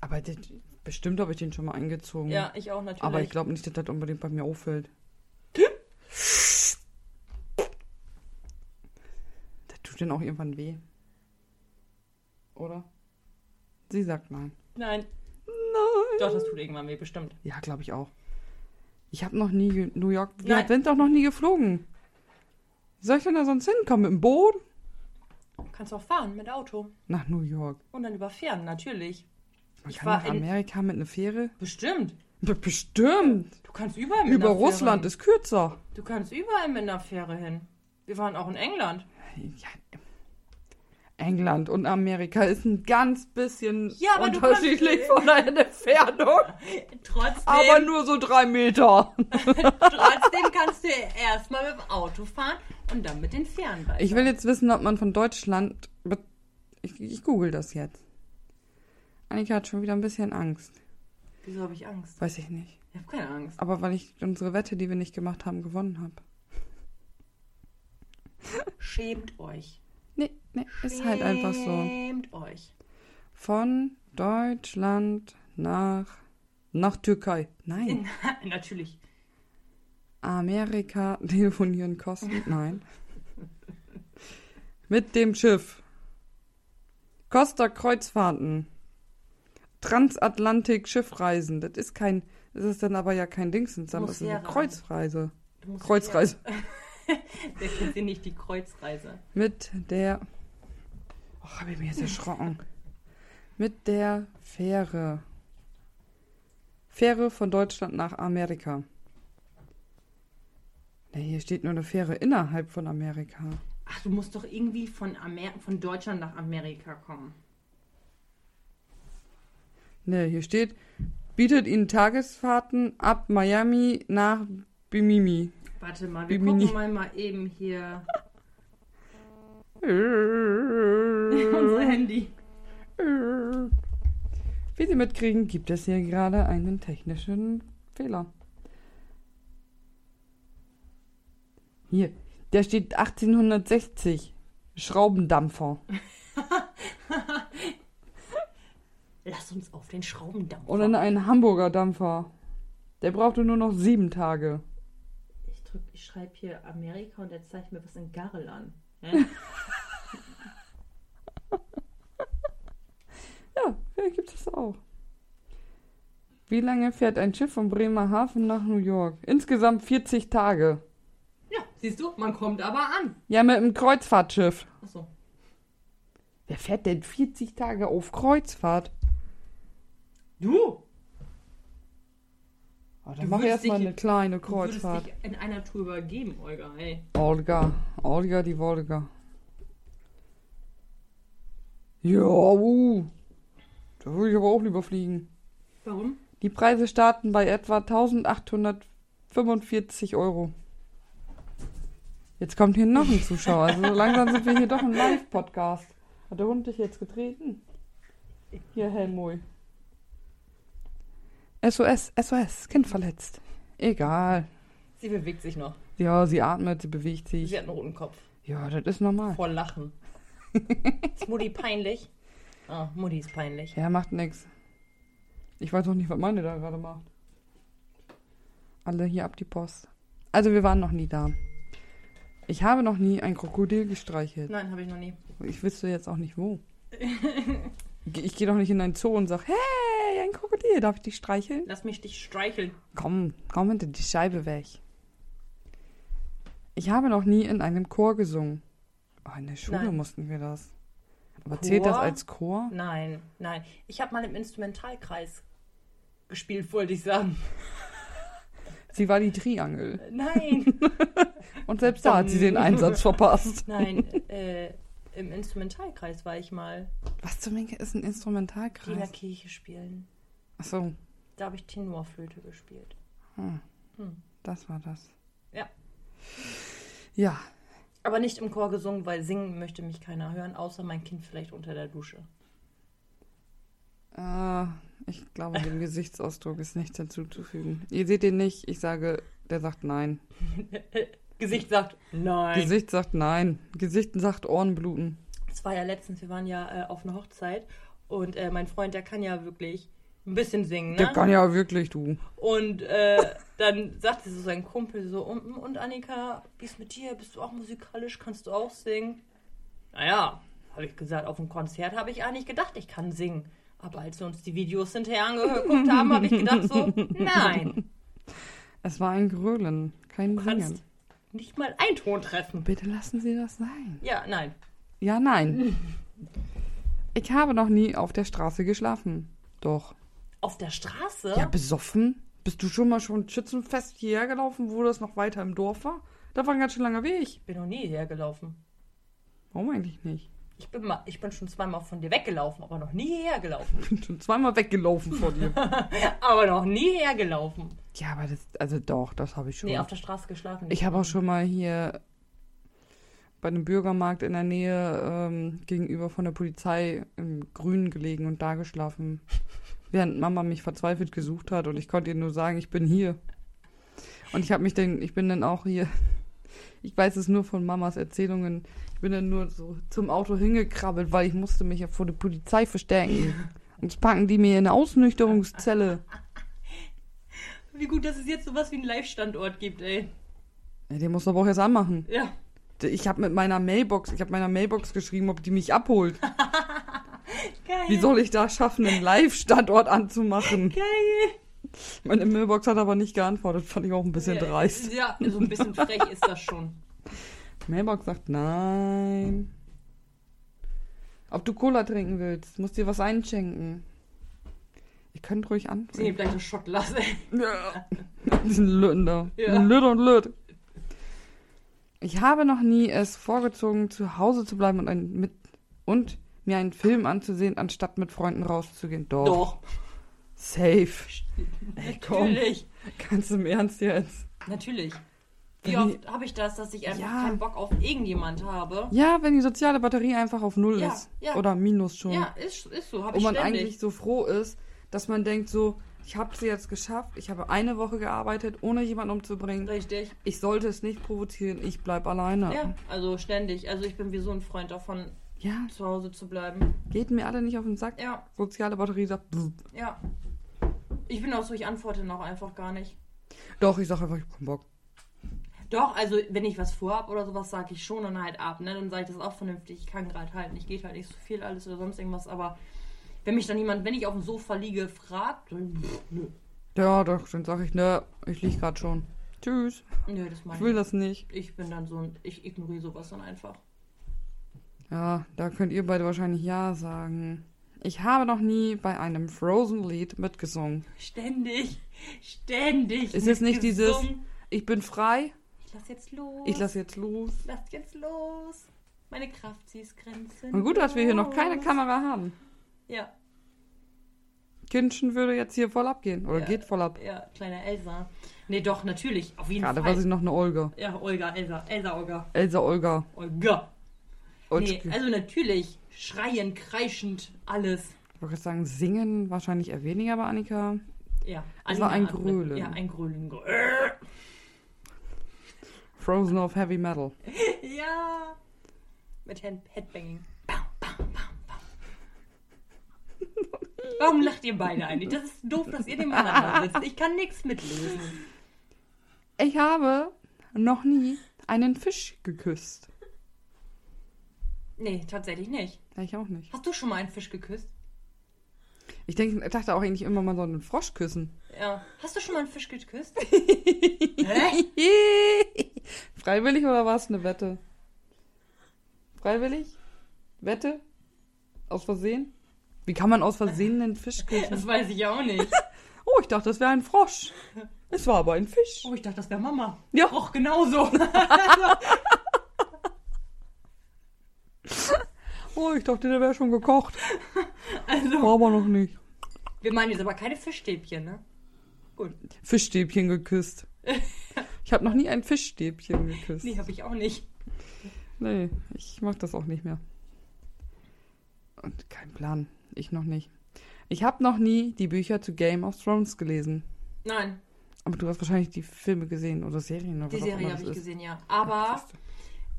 A: Aber das, bestimmt habe ich den schon mal eingezogen.
B: Ja, Mhm. ich auch natürlich.
A: Aber ich glaube nicht, dass das unbedingt bei mir auffällt. Das tut denn auch irgendwann weh. Oder? Sie sagt nein.
B: Nein,
A: Nein.
B: doch, das tut irgendwann weh, bestimmt.
A: Ja, glaube ich auch. Ich habe noch nie New York.
B: Nein.
A: Wir sind doch noch nie geflogen. Wie soll ich denn da sonst hinkommen? Mit dem Boot?
B: Kannst auch fahren mit Auto.
A: Nach New York.
B: Und dann überfahren, natürlich.
A: Man
B: Ich
A: kann
B: war
A: nach
B: in-
A: Amerika mit einer Fähre?
B: Bestimmt.
A: B- Bestimmt.
B: Du kannst überall mit
A: Über
B: einer Fähre
A: Russland
B: hin.
A: ist kürzer.
B: Du kannst überall mit einer Fähre hin. Wir waren auch in England.
A: Ja. England und Amerika ist ein ganz bisschen
B: Ja, aber du
A: unterschiedlich von der Entfernung,
B: Trotzdem,
A: aber nur so drei Meter.
B: trotzdem kannst du erstmal mit dem Auto fahren und dann mit den Fähren weiter.
A: Ich will jetzt wissen, ob man von Deutschland. be- Ich, ich google das jetzt. Annika hat schon wieder ein bisschen Angst.
B: Wieso habe ich Angst?
A: Weiß ich nicht.
B: Ich habe keine Angst.
A: Aber weil ich unsere Wette, die wir nicht gemacht haben, gewonnen habe.
B: Schämt euch.
A: Nee, nee, ist halt einfach so.
B: Schämt euch.
A: Von Deutschland nach. nach Türkei. Nein.
B: Natürlich.
A: Amerika telefonieren kostet. Nein. Mit dem Schiff. Costa Kreuzfahrten. Transatlantik Schiffreisen. Das ist kein. Das ist dann aber ja kein Dingsens, sondern das
B: Muss
A: ist eine
B: herreisen.
A: Kreuzreise.
B: Du musst-
A: Kreuzreise.
B: Wer kennt denn nicht die Kreuzreise?
A: Mit der. Ach, habe ich mich jetzt erschrocken. Mit der Fähre. Fähre von Deutschland nach Amerika. Ne, hier steht nur eine Fähre innerhalb von Amerika.
B: Ach, du musst doch irgendwie von, Amer von Deutschland nach Amerika kommen.
A: Ne, hier steht, bietet Ihnen Tagesfahrten ab Miami nach Bimini.
B: Warte mal, wir
A: Bimini.
B: gucken mal, mal eben hier unser
A: Wie
B: Handy.
A: Sie mitkriegen, gibt es hier gerade einen technischen Fehler. Hier, der steht 1860. Schraubendampfer.
C: Lass uns auf den Schraubendampfer.
A: Oder ein Hamburger Dampfer. Der brauchte nur noch sieben Tage.
B: Ich, drück- ich schreibe hier Amerika und er zeigt mir was in Garrel an. Hä?
A: Ja, vielleicht gibt es das auch. Wie lange fährt ein Schiff von Bremerhaven nach New York? Insgesamt 40 Tage.
B: ja, siehst du, man kommt aber an.
A: Ja, mit einem Kreuzfahrtschiff.
B: Achso.
A: Wer fährt denn 40 Tage auf Kreuzfahrt?
B: Du!
A: Oh,
B: Du
A: dann mach
B: würdest
A: erst mal
B: dich-
A: eine kleine
B: Du würdest
A: Kreuzfahrt.
B: dich in einer Tour übergeben, Olga, hey.
A: Olga. Olga, die Wolga. Ja, uh. Da würde ich aber auch lieber fliegen.
B: Warum?
A: Die Preise starten bei etwa 1845 Euro. Jetzt kommt hier noch ein Zuschauer. Also so langsam sind wir hier doch im Live-Podcast. Hat der Hund dich jetzt getreten? Hier, Helmut. SOS, SOS, Kind verletzt. Egal.
B: Sie bewegt sich noch.
A: Ja, sie atmet, sie bewegt sich.
B: hat einen roten Kopf.
A: Ja, das ist normal.
B: Vor Lachen. ist Mutti peinlich? Ah, Mutti ist peinlich.
A: Ja, macht nix. Ich weiß auch nicht, was meine da gerade macht. Alle hier ab die Post. Also wir waren noch nie da. Ich habe noch nie ein Krokodil gestreichelt.
B: Nein, habe ich noch nie.
A: Ich wüsste jetzt auch nicht wo. Ge- Ich gehe doch nicht in einen Zoo und sag, hey, ein Krokodil, darf ich dich streicheln?
B: Lass mich dich streicheln.
A: Komm, komm hinter die Scheibe weg. Ich habe noch nie in einem Chor gesungen. Oh, in der Schule
B: Nein.
A: mussten wir das. Aber zählt das
B: Chor?
A: als Chor?
B: Nein, nein. Ich habe mal im Instrumentalkreis gespielt, wollte ich sagen.
A: Sie war die Triangel.
B: Nein,
A: Und selbst da hat sie den Einsatz verpasst.
B: nein. Äh, Im Instrumentalkreis war ich mal.
A: Was zum Henker ist
B: Die
A: ein
B: in der
A: Instrumentalkreis?
B: Kirche spielen.
A: Achso,
B: Da habe ich Tenorflöte gespielt.
A: hm. das war das.
B: Hm. Ja.
A: Ja,
B: Aber nicht im Chor gesungen, weil singen möchte mich keiner hören, außer mein Kind vielleicht unter der Dusche.
A: äh, ich glaube, dem Gesichtsausdruck ist nichts hinzuzufügen. Ihr seht ihn nicht, ich sage, der sagt nein.
B: Gesicht sagt nein.
A: Gesicht sagt nein. Gesicht sagt Ohrenbluten.
B: Es war ja letztens, wir waren ja äh, auf einer Hochzeit und äh, mein Freund, der kann ja wirklich ein bisschen singen,
A: Der
B: ne?
A: kann ja wirklich, du.
B: Und äh, dann sagte so sein Kumpel so, und, und Annika, wie ist mit dir? Bist du auch musikalisch? Kannst du auch singen? Naja, habe ich gesagt, auf dem Konzert habe ich eigentlich gedacht, ich kann singen. Aber als wir uns die Videos hinterher angeguckt haben, habe ich gedacht so, nein,
A: Es war ein Grölen, kein
B: du kannst
A: Singen.
B: nicht mal einen Ton treffen.
A: Bitte lassen Sie das sein.
B: Ja, nein.
A: Ja, nein. Ich habe noch nie auf der Straße geschlafen. Doch.
B: Auf der Straße?
A: Ja, besoffen? Bist du schon mal schon schützenfest hierher gelaufen, wo das noch weiter im Dorf war? Da war ein ganz schön langer Weg.
B: Ich bin noch nie hergelaufen.
A: Warum eigentlich nicht?
B: Ich bin, mal, ich bin schon zweimal von dir weggelaufen, aber noch nie hergelaufen.
A: Ich bin schon zweimal weggelaufen vor dir.
B: Aber noch nie hergelaufen.
A: ja, aber das, also doch, das habe ich schon.
B: Nee, auf der Straße geschlafen.
A: ich habe auch schon mal hier bei einem Bürgermarkt in der Nähe ähm, gegenüber von der Polizei im Grün gelegen und da geschlafen. Während Mama mich verzweifelt gesucht hat und ich konnte ihr nur sagen, ich bin hier. Und ich habe mich dann, ich bin dann auch hier, ich weiß es nur von Mamas Erzählungen, ich bin dann nur so zum Auto hingekrabbelt, weil ich musste mich ja vor der Polizei verstecken. Und jetzt packen die mir in eine Ausnüchterungszelle.
B: Wie gut, dass es jetzt sowas wie einen Live-Standort gibt, ey.
A: Ja, den muss aber auch erst anmachen.
B: Ja.
A: Ich habe mit meiner Mailbox, ich habe meiner Mailbox geschrieben, ob die mich abholt.
B: Ah, Geil.
A: Wie soll ich da schaffen, einen Live-Standort anzumachen?
B: Geil.
A: Meine Mailbox hat aber nicht geantwortet, fand ich auch ein bisschen dreist.
B: Ja, so ein bisschen frech ist das schon.
A: Mailbox sagt nein. Ob du Cola trinken willst, musst dir was einschenken. Ihr könnt ruhig
B: Sie nehmen
A: antworten.
B: gleich eine Schottglas, ey.
A: Ja. Diesen Lütten da.
B: Ja.
A: Lütt und Lütt. Ich habe noch nie es vorgezogen, zu Hause zu bleiben und, ein, mit, und mir einen Film anzusehen, anstatt mit Freunden rauszugehen. Doch.
B: Doch.
A: Safe. Ey, komm.
B: Natürlich.
A: Ganz im Ernst jetzt.
B: Natürlich. Wie
A: Wenn die-
B: oft habe ich das, dass ich einfach
A: Ja.
B: keinen Bock auf irgendjemand habe?
A: Ja, wenn die soziale Batterie einfach auf Null
B: Ja,
A: ist.
B: ja.
A: Oder Minus schon.
B: Ja, ist, ist so. Habe
A: Und
B: ich
A: man
B: ständig.
A: eigentlich so froh ist, dass man denkt so, Ich habe sie jetzt geschafft. Ich habe eine Woche gearbeitet, ohne jemanden umzubringen.
B: Richtig.
A: Ich sollte es nicht provozieren. Ich bleib alleine.
B: Ja, also ständig. Also ich bin wie so ein Freund davon,
A: Ja,
B: zu Hause zu bleiben.
A: geht mir alle nicht auf den Sack.
B: Ja,
A: Soziale Batterie sagt, "Bzz."
B: ja. Ich bin auch so, ich antworte noch einfach gar nicht.
A: doch, ich sag einfach, ich hab keinen Bock.
B: Doch, also wenn ich was vorhab oder sowas, sage ich schon und halt ab, ne? Dann sage ich das auch vernünftig. Ich kann gerade halt nicht, geht halt nicht so viel alles oder sonst irgendwas, aber wenn mich dann jemand, wenn ich auf dem Sofa liege, fragt, dann pff, nö.
A: Ja, doch, dann sag ich, ne, ich lieg grad schon. Tschüss.
B: Nö, das meine ich.
A: Ich will das nicht.
B: Ich bin dann so ein, ich ignoriere sowas dann einfach.
A: Ja, da könnt ihr beide wahrscheinlich Ja sagen. Ich habe noch nie bei einem Frozen-Lied mitgesungen.
B: Ständig, ständig.
A: Ist es nicht dieses,
B: gesungen.
A: ich bin frei,
B: Ich lass jetzt los.
A: ich lass jetzt los.
B: lass jetzt los. Meine Kraft, sie ist Grenzen.
A: Und gut, dass wir hier noch keine Kamera haben.
B: Ja,
A: Kindchen würde jetzt hier voll abgehen. Oder
B: Ja.
A: geht voll ab.
B: ja, kleine Elsa. Nee, doch, natürlich, auf jeden
A: Gerade war
B: Fall.
A: sie noch eine Olga.
B: Ja, Olga, Elsa, Elsa, Olga.
A: Elsa Olga.
B: Olga. Nee,
A: Olschke.
B: also natürlich, schreien, kreischend, alles.
A: ich wollte gerade sagen, singen wahrscheinlich eher weniger bei Annika.
B: Ja,
A: Es war ein
B: Anime-Atmen.
A: Grölen.
B: Ja, ein Grölen.
A: Frozen of Heavy Metal.
B: Ja. Mit Hand Headbanging. Bam, bam, bam, bam. Warum lacht ihr beide eigentlich? Das ist doof, dass ihr nebeneinander sitzt. Ich kann nichts mitlesen.
A: Ich habe noch nie einen Fisch geküsst.
B: Nee, tatsächlich nicht.
A: Ja, Ich auch nicht.
B: Hast du schon mal einen Fisch geküsst?
A: Ich denk, dachte auch eigentlich immer, man soll einen Frosch küssen.
B: Ja. Hast du schon mal einen Fisch geküsst?
A: Freiwillig oder war es eine Wette? Freiwillig? Wette? Aus Versehen? Wie kann man aus Versehen einen Fisch küssen?
B: Das weiß ich auch nicht.
A: Oh, ich dachte, das wäre ein Frosch. Es war aber ein Fisch.
B: Oh, ich dachte, das wäre Mama. genau
A: Ja.
B: Auch genauso.
A: Oh, ich dachte, der wäre schon gekocht.
B: Also,
A: War aber noch nicht.
B: wir meinen jetzt aber keine Fischstäbchen, ne? Gut.
A: Fischstäbchen geküsst. Ich habe noch nie ein Fischstäbchen geküsst.
B: Nee, habe ich auch nicht.
A: Nee, ich mach das auch nicht mehr. Und kein Plan. Ich noch nicht. Ich habe noch nie die Bücher zu Game of Thrones gelesen.
B: Nein,
A: Aber du hast wahrscheinlich die Filme gesehen oder Serien oder
B: die
A: was auch
B: Serie
A: immer
B: habe ich
A: das ist.
B: gesehen, ja. Aber
A: Siehst du.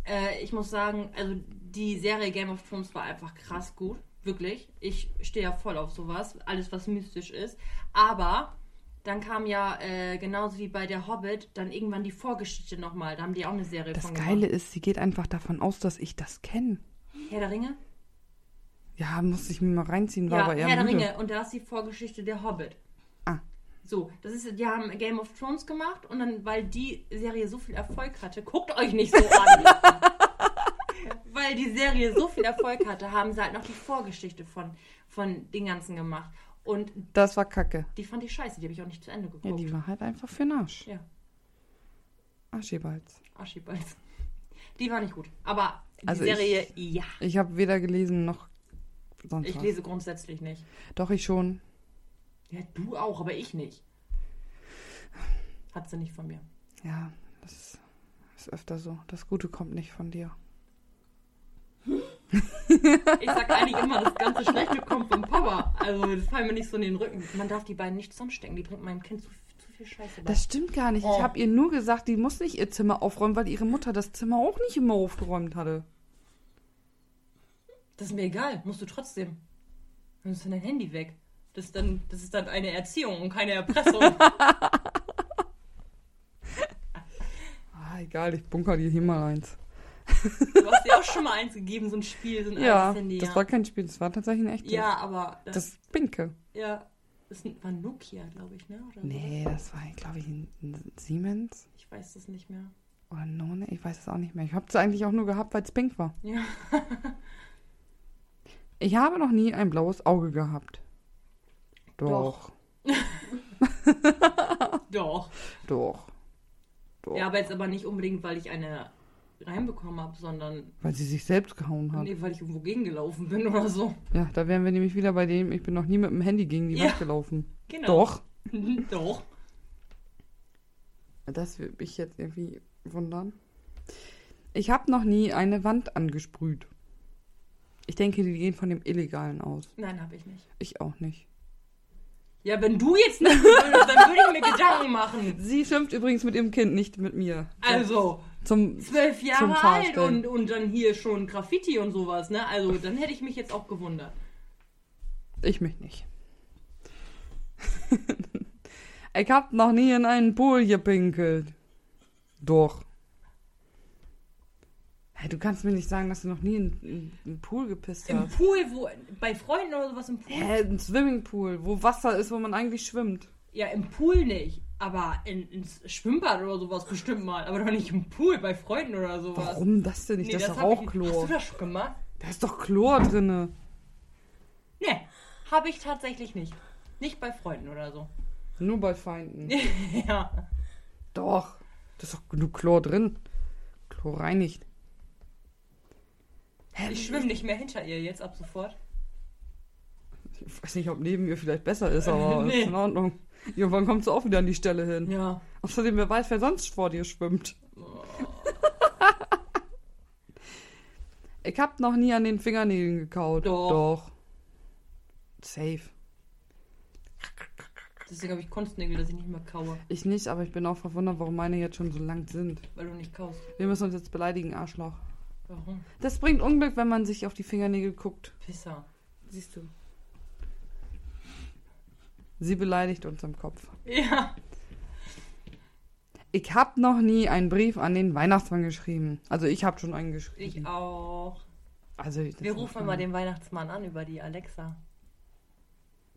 B: Äh, ich muss sagen, also die Serie Game of Thrones war einfach krass gut. Wirklich. Ich stehe ja voll auf sowas. Alles, was mystisch ist. Aber dann kam ja, äh, genauso wie bei der Hobbit, dann irgendwann die Vorgeschichte nochmal. Da haben die auch eine Serie
A: Das
B: von
A: Geile ist, sie geht einfach davon aus, dass ich das kenne.
B: gemacht. Herr der Ringe?
A: Ja, musste ich mir mal reinziehen, war
B: ja,
A: aber eher
B: Herr der
A: müde.
B: Ringe. Und da ist die Vorgeschichte der Hobbit.
A: Ah.
B: So, das ist, die haben Game of Thrones gemacht und dann, weil die Serie so viel Erfolg hatte, guckt euch nicht so an. weil die Serie so viel Erfolg hatte, haben sie halt noch die Vorgeschichte von, von den ganzen gemacht. Und
A: Das war kacke.
B: die fand ich scheiße, die habe ich auch nicht zu Ende
A: Ja,
B: geguckt.
A: die war halt einfach für den Arsch.
B: Ja.
A: Aschebalz.
B: Archibald. Die war nicht gut. Aber die
A: Also ich-
B: Serie, ja.
A: Ich habe weder gelesen noch sonst
B: Ich
A: was.
B: lese grundsätzlich nicht.
A: Doch, ich schon.
B: Ja, du auch, aber ich nicht. Hat sie nicht von mir.
A: Ja, das ist öfter so. Das Gute kommt nicht von dir.
B: Ich sag eigentlich immer, das ganze Schlechte kommt vom Papa. Also das fallen mir nicht so in den Rücken. Man darf die beiden nicht zusammenstecken. Die bringt meinem Kind zu, zu viel Scheiße bei.
A: Das stimmt gar nicht. Ich
B: Oh.
A: habe ihr nur gesagt, die muss nicht ihr Zimmer aufräumen, weil ihre Mutter das Zimmer auch nicht immer aufgeräumt hatte.
B: Das ist mir egal. Musst du trotzdem. Dann ist dann dein Handy weg. Das ist dann, das ist dann eine Erziehung und keine Erpressung.
A: Ah, egal, ich bunker dir hier mal eins.
B: Du hast dir auch schon mal eins gegeben, so ein Spiel, so ein
A: Ja,
B: altes Handy.
A: das war kein Spiel, das war tatsächlich ein echtes.
B: ja, aber das,
A: Das Binke.
B: ja, das ist ein- war Nokia, glaube ich, ne? Oder so.
A: Nee, das war, glaube ich, ein ein Siemens
B: Ich weiß das nicht mehr.
A: oder None. Ich weiß es auch nicht mehr. Ich habe es eigentlich auch nur gehabt, weil es pink war.
B: Ja.
A: Ich habe noch nie ein blaues Auge gehabt. Doch.
B: Doch. Doch.
A: Doch. Doch.
B: Ja, aber jetzt aber nicht unbedingt, weil ich eine reinbekommen habe, sondern
A: Weil sie sich selbst gehauen hat.
B: nee, weil ich irgendwo gegengelaufen bin oder so.
A: Ja, da wären wir nämlich wieder bei dem, ich bin noch nie mit dem Handy gegen die
B: Ja.
A: Wand gelaufen.
B: Genau.
A: Doch.
B: Doch.
A: Das würde mich jetzt irgendwie wundern. Ich habe noch nie eine Wand angesprüht. Ich denke, die gehen von dem Illegalen aus.
B: Nein, habe ich nicht.
A: Ich auch nicht.
B: Ja, wenn du jetzt nicht würdest, dann würde ich mir Gedanken machen.
A: Sie schimpft übrigens mit ihrem Kind, nicht mit mir.
B: Also,
A: Zum,
B: zwölf
A: Zum
B: Jahre alt und,
A: Fahrstellen.
B: und dann hier schon Graffiti und sowas, ne? Also, dann hätte ich mich jetzt auch gewundert.
A: ich mich nicht. ich hab noch nie in einen Pool gepinkelt. Doch. Hey, du kannst mir nicht sagen, dass du noch nie in, in, in einen Pool gepisst
B: Im
A: hast.
B: Pool, wo, bei Freunden oder sowas im Pool?
A: Hä, ein Swimmingpool, wo Wasser ist, wo man eigentlich schwimmt.
B: Ja, im Pool nicht. Aber in, ins Schwimmbad oder sowas bestimmt mal. Aber doch nicht im Pool, bei Freunden oder sowas.
A: Warum das denn nicht? das, ist doch
B: hab ich
A: auch
B: nicht. Hast
A: Chlor.
B: du das schon gemacht?
A: Da ist doch Chlor drinne.
B: Nee, habe ich tatsächlich nicht. Nicht bei Freunden oder so.
A: Nur bei Feinden.
B: ja.
A: Doch. Da ist doch genug Chlor drin. Chlor reinigt. Hä,
B: Ich schwimme nicht mehr hinter ihr jetzt ab sofort.
A: Ich weiß nicht, ob neben ihr vielleicht besser ist, aber
B: Nee.
A: ist in Ordnung. Irgendwann kommst du auch wieder an die Stelle hin.
B: Ja. Oh.
A: Außerdem, wer weiß, wer sonst vor dir schwimmt. ich hab noch nie an den Fingernägeln gekaut.
B: Doch.
A: Doch. Safe.
B: Deswegen habe ich Kunstnägel, dass ich nicht mehr kaue.
A: Ich nicht, aber ich bin auch verwundert, warum meine jetzt schon so lang sind.
B: Weil du nicht kaust.
A: Wir müssen uns jetzt beleidigen, Arschloch.
B: Warum?
A: Das bringt Unglück, wenn man sich auf die Fingernägel guckt.
B: Pisser.
A: Siehst du. Sie beleidigt uns im Kopf.
B: Ja.
A: Ich hab noch nie einen Brief an den Weihnachtsmann geschrieben. Also ich hab schon einen geschrieben.
B: Ich auch.
A: Also das
B: Wir
A: ist
B: rufen
A: schon-
B: mal den Weihnachtsmann an über die Alexa.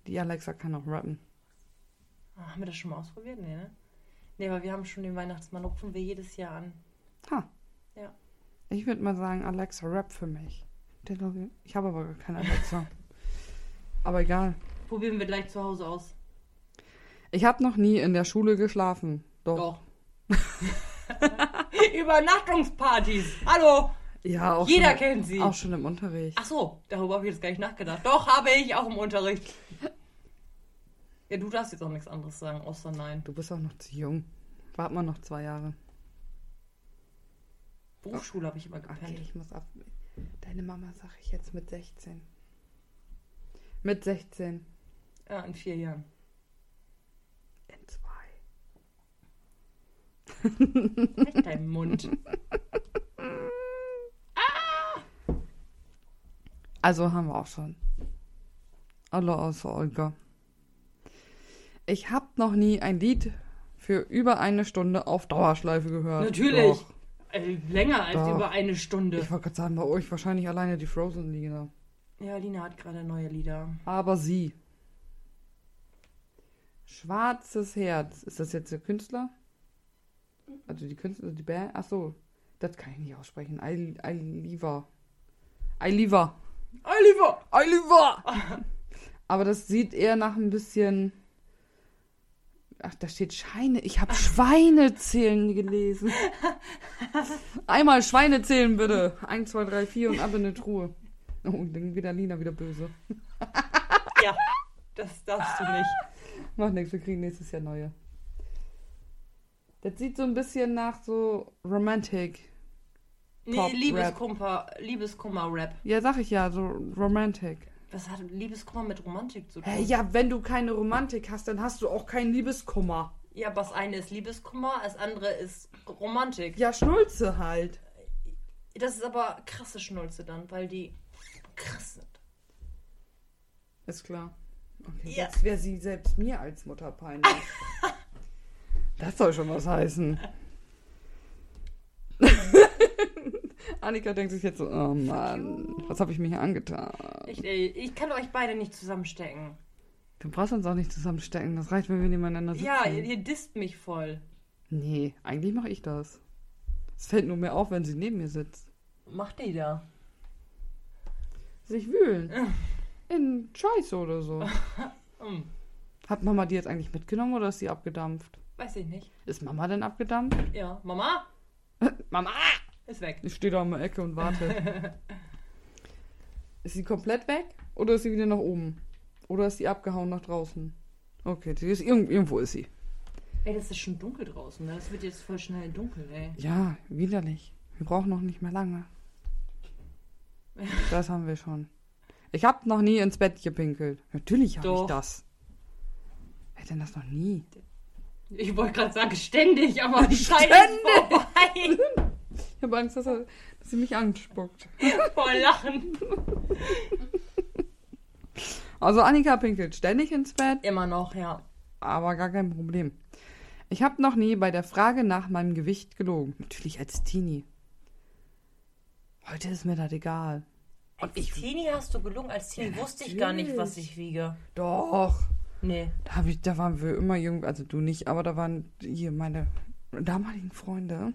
A: Die Alexa kann auch rappen.
B: Ah, haben wir das schon mal ausprobiert? Nee, ne? Nee, aber wir haben schon den Weihnachtsmann, rufen wir jedes Jahr an.
A: Ha.
B: Ja.
A: Ich würde mal sagen, Alexa rap für mich. Ich habe aber gar keine Alexa. aber egal.
B: Probieren wir gleich zu Hause aus.
A: Ich hab noch nie in der Schule geschlafen. Doch.
B: Doch. Übernachtungspartys. Hallo.
A: Ja, auch
B: Jeder
A: schon,
B: kennt sie.
A: Auch schon im Unterricht.
B: Ach so, darüber habe ich jetzt gar nicht nachgedacht. Doch, habe ich auch im Unterricht. Ja, du darfst jetzt auch nichts anderes sagen, außer nein.
A: Du bist auch noch zu jung. Wart mal noch zwei Jahre.
B: Berufsschule habe ich immer
A: Okay,
B: gepennt.
A: ich muss ab. Deine Mama sag ich jetzt mit 16. Mit 16.
B: Ja, in vier Jahren.
A: In zwei.
B: Halt deinen Mund.
A: Also haben wir auch schon. Alle außer Olga. Ich hab noch nie ein Lied für über eine Stunde auf Dauerschleife gehört.
B: Natürlich.
A: Doch.
B: Äh, länger als
A: Doch.
B: über eine Stunde.
A: Ich wollte gerade sagen, bei euch wahrscheinlich alleine die Frozen-Lieder.
B: Ja, Lina hat gerade neue Lieder.
A: Aber sie. Schwarzes Herz. Ist das jetzt der Künstler? Also die Künstler, die Band? Ach so, das kann ich nicht aussprechen. Eil- Eiliva. Eiliva.
B: Oliver!
A: Oliver! Aber das sieht eher nach ein bisschen. Ach, da steht Scheine. Ich habe Schweinezählen gelesen. Einmal Schweine zählen, bitte. Eins, zwei, drei, vier und ab in die Truhe. Oh, und dann wieder Lina wieder böse.
B: Ja, das darfst du nicht.
A: Macht nichts, wir kriegen nächstes Jahr neue. Das sieht so ein bisschen nach so Romantic. Pop,
B: Nee, Liebeskummer, Liebeskummer-Rap.
A: Ja, sag ich ja, so Romantic.
B: Was hat Liebeskummer mit Romantik zu tun?
A: Hey, ja, wenn du keine Romantik hast, dann hast du auch keinen Liebeskummer.
B: Ja, aber das eine ist Liebeskummer, das andere ist Romantik.
A: Ja, Schnulze halt.
B: Das ist aber krasse Schnulze dann, weil die krass sind.
A: Ist klar. Okay,
B: Ja.
A: jetzt wäre sie selbst mir als Mutter peinlich. das soll schon was heißen. Annika denkt sich jetzt so, oh Mann, was habe ich mir hier angetan?
B: Ich, ey, ich kann euch beide nicht zusammenstecken.
A: Du brauchst uns auch nicht zusammenstecken, das reicht, wenn wir nebeneinander sitzen.
B: Ja, ihr, ihr disst mich voll.
A: Nee, eigentlich mache ich das. Es fällt nur mir auf, wenn sie neben mir sitzt.
B: Macht die da?
A: Sich wühlen. In Scheiße oder so.
B: Hm,
A: Hat Mama die jetzt eigentlich mitgenommen oder ist sie abgedampft?
B: weiß ich nicht.
A: Ist Mama denn abgedampft?
B: Ja, Mama
A: Mama!
B: ist weg.
A: Ich stehe da in der Ecke und warte. ist sie komplett weg oder ist sie wieder nach oben? Oder ist sie abgehauen nach draußen? Okay, die ist irgend, irgendwo ist sie.
B: Ey, das ist schon dunkel draußen, ne? Das wird jetzt voll schnell dunkel, ey.
A: Ja, widerlich. Wir brauchen noch nicht mehr lange. Das haben wir schon. Ich hab noch nie ins Bett gepinkelt. Natürlich habe ich
B: Doch.
A: das. denn das noch nie?
B: Ich wollte gerade sagen, ständig, aber die Zeit
A: Ständig.
B: ist vorbei.
A: Ich habe Angst, dass, er, dass sie mich anspuckt.
B: Voll Lachen.
A: Also Annika pinkelt ständig ins Bett,
D: Immer noch, ja.
A: aber gar kein Problem. Ich habe noch nie bei der Frage nach meinem Gewicht gelogen. Natürlich als Teenie. Heute ist mir das egal.
D: Als Teenie hast du gelungen. Als Teenie wusste ich gar nicht, was ich wiege.
A: Doch.
D: Nee.
A: Da, hab ich, da waren wir immer jung, also du nicht, aber da waren hier meine damaligen Freunde,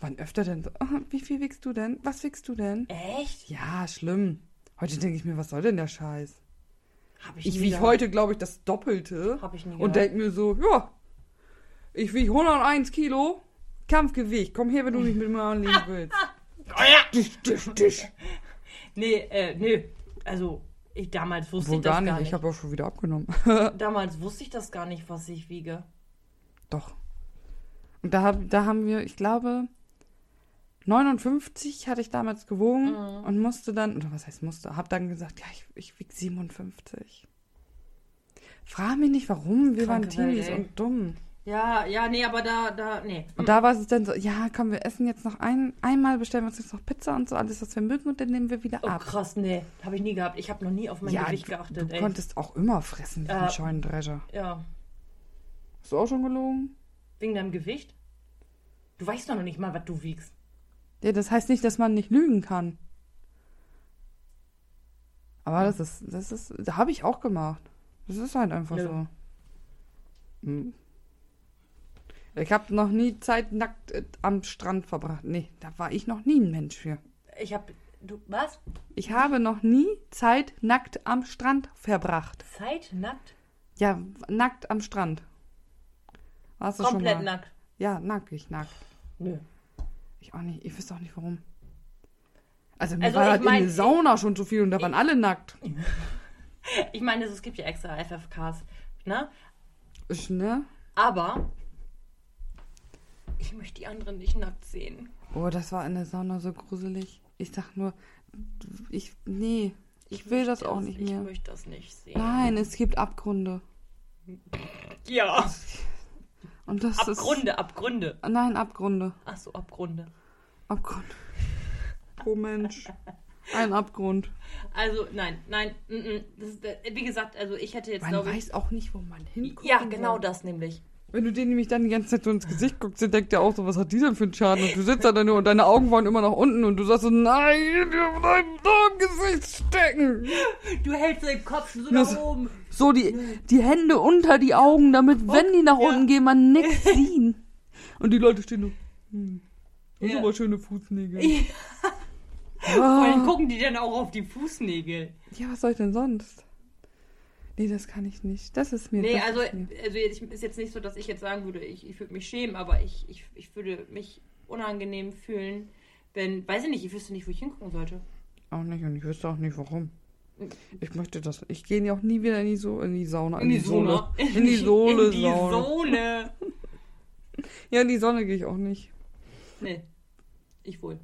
A: waren öfter denn so, "Ah, wie viel wiegst du denn? Was wiegst du denn?
D: Echt?
A: Ja, schlimm. Heute denke ich mir, was soll denn der Scheiß?
D: Hab
A: Ich
D: nie
A: wiege
D: gedacht.
A: heute, glaube ich, das Doppelte.
D: Hab ich nie
A: Und
D: gehört.
A: denke mir so, ja, ich wiege 101 Kilo, Kampfgewicht, komm her, wenn du mich mit mir anlegen willst. Dich, dich, dich.
D: Oh Nee, äh, nee. Also, ich damals wusste
A: Wo
D: ich das
A: gar nicht, ich habe auch schon wieder abgenommen.
D: damals wusste ich das gar nicht, was ich wiege.
A: Doch. Und da, hab, da haben wir, ich glaube, 59 hatte ich damals gewogen
D: Mhm.
A: und musste dann, oder was heißt musste, hab dann gesagt, ja, ich, ich wieg 57. Frag mich nicht, warum, wir waren
D: Kranke Welt,
A: Teenies
D: ey.
A: und dumm.
B: Ja, ja, nee, aber da, da, nee.
D: Mhm.
A: Und da war es dann so, ja, komm, wir essen jetzt noch ein, einmal, bestellen wir uns jetzt noch Pizza und so, alles, was wir mögen, und dann nehmen wir wieder
D: Oh
A: ab.
D: krass, nee. Habe ich nie gehabt. Ich habe noch nie auf mein
A: ja,
D: Gewicht
A: du,
D: geachtet,
A: du
D: ey.
A: konntest auch immer fressen, wie
D: Ja.
A: ein Scheunendrescher.
D: Ja.
A: Hast du auch schon gelogen?
D: Wegen deinem Gewicht? Du weißt doch noch nicht mal, was du wiegst.
A: Ja, das heißt nicht, dass man nicht lügen kann. Aber das ist, das ist, da habe ich auch gemacht. Das ist halt einfach
D: Nö.
A: so. Hm. Ich habe noch nie Zeit nackt äh, am Strand verbracht. Nee, da war ich noch nie ein Mensch für.
D: Ich habe. Du. Was?
A: Ich habe noch nie Zeit nackt am Strand verbracht.
D: Zeit nackt?
A: Ja, nackt am Strand. Warst du
D: Komplett
A: schon mal?
D: nackt.
A: Ja, nackt, ich nackt.
D: Nö.
A: Ich auch nicht. Ich wüsste auch nicht warum. Also mir
D: Also,
A: war
D: ich
A: halt
D: mein,
A: in der Sauna schon zu viel und da waren alle nackt.
D: Ich meine, es gibt ja extra FFKs, ne?
A: Ich, ne?
D: Aber
B: Ich möchte die anderen nicht nackt sehen.
A: Oh, das war in der Sauna so gruselig. Ich sag nur, ich, nee, ich will das auch nicht
B: ich
A: mehr.
B: möchte das nicht sehen.
A: Nein, es gibt Abgründe.
B: Ja.
A: Und das
D: Abgründe, Abgründe.
A: ist. Nein, Abgründe.
D: Ach so, Abgründe.
A: Abgrund. Oh Mensch. Ein Abgrund.
B: Also, nein, nein, mm, mm, das ist, äh, wie gesagt, also ich hätte jetzt,
A: Man
B: glaube ich.
A: weiß auch nicht, wo man hinguckt.
B: Ja, genau das nämlich.
A: Wenn du dir nämlich dann die ganze Zeit so ins Gesicht guckst, dann denkt der auch so, was hat die denn für einen Schaden? Und du sitzt da dann nur und deine Augen waren immer nach unten und du sagst so, nein, in deinem im Gesicht stecken.
B: Du hältst den Kopf so
A: Das-
B: nach oben.
A: So die, die Hände unter die Augen, damit, wenn die nach
B: ja.
A: unten gehen, man nichts sieht. Und die Leute stehen nur, hm,
B: Ja.
A: das sind aber schöne Fußnägel.
B: Ja. Vor allem
A: Ah.
B: gucken die dann auch auf die Fußnägel.
A: Ja, was soll ich denn sonst? Nee, das kann ich nicht. Das ist mir...
B: Nee,
A: das
B: also,
A: ist mir.
B: also jetzt- ist jetzt nicht so, dass ich jetzt sagen würde, ich, ich würde mich schämen, aber ich, ich, ich würde mich unangenehm fühlen, wenn, weiß ich nicht, ich wüsste nicht, wo ich hingucken sollte.
A: Auch nicht und ich wüsste auch nicht, warum. Ich möchte das. Ich gehe ja auch nie wieder in die, so Hm. in die Sauna. Sohle. In die Sohle,
B: In die
A: Sauna.
B: Sohle.
A: Ja, in die Sonne gehe ich auch nicht.
B: Nee, ich wohl.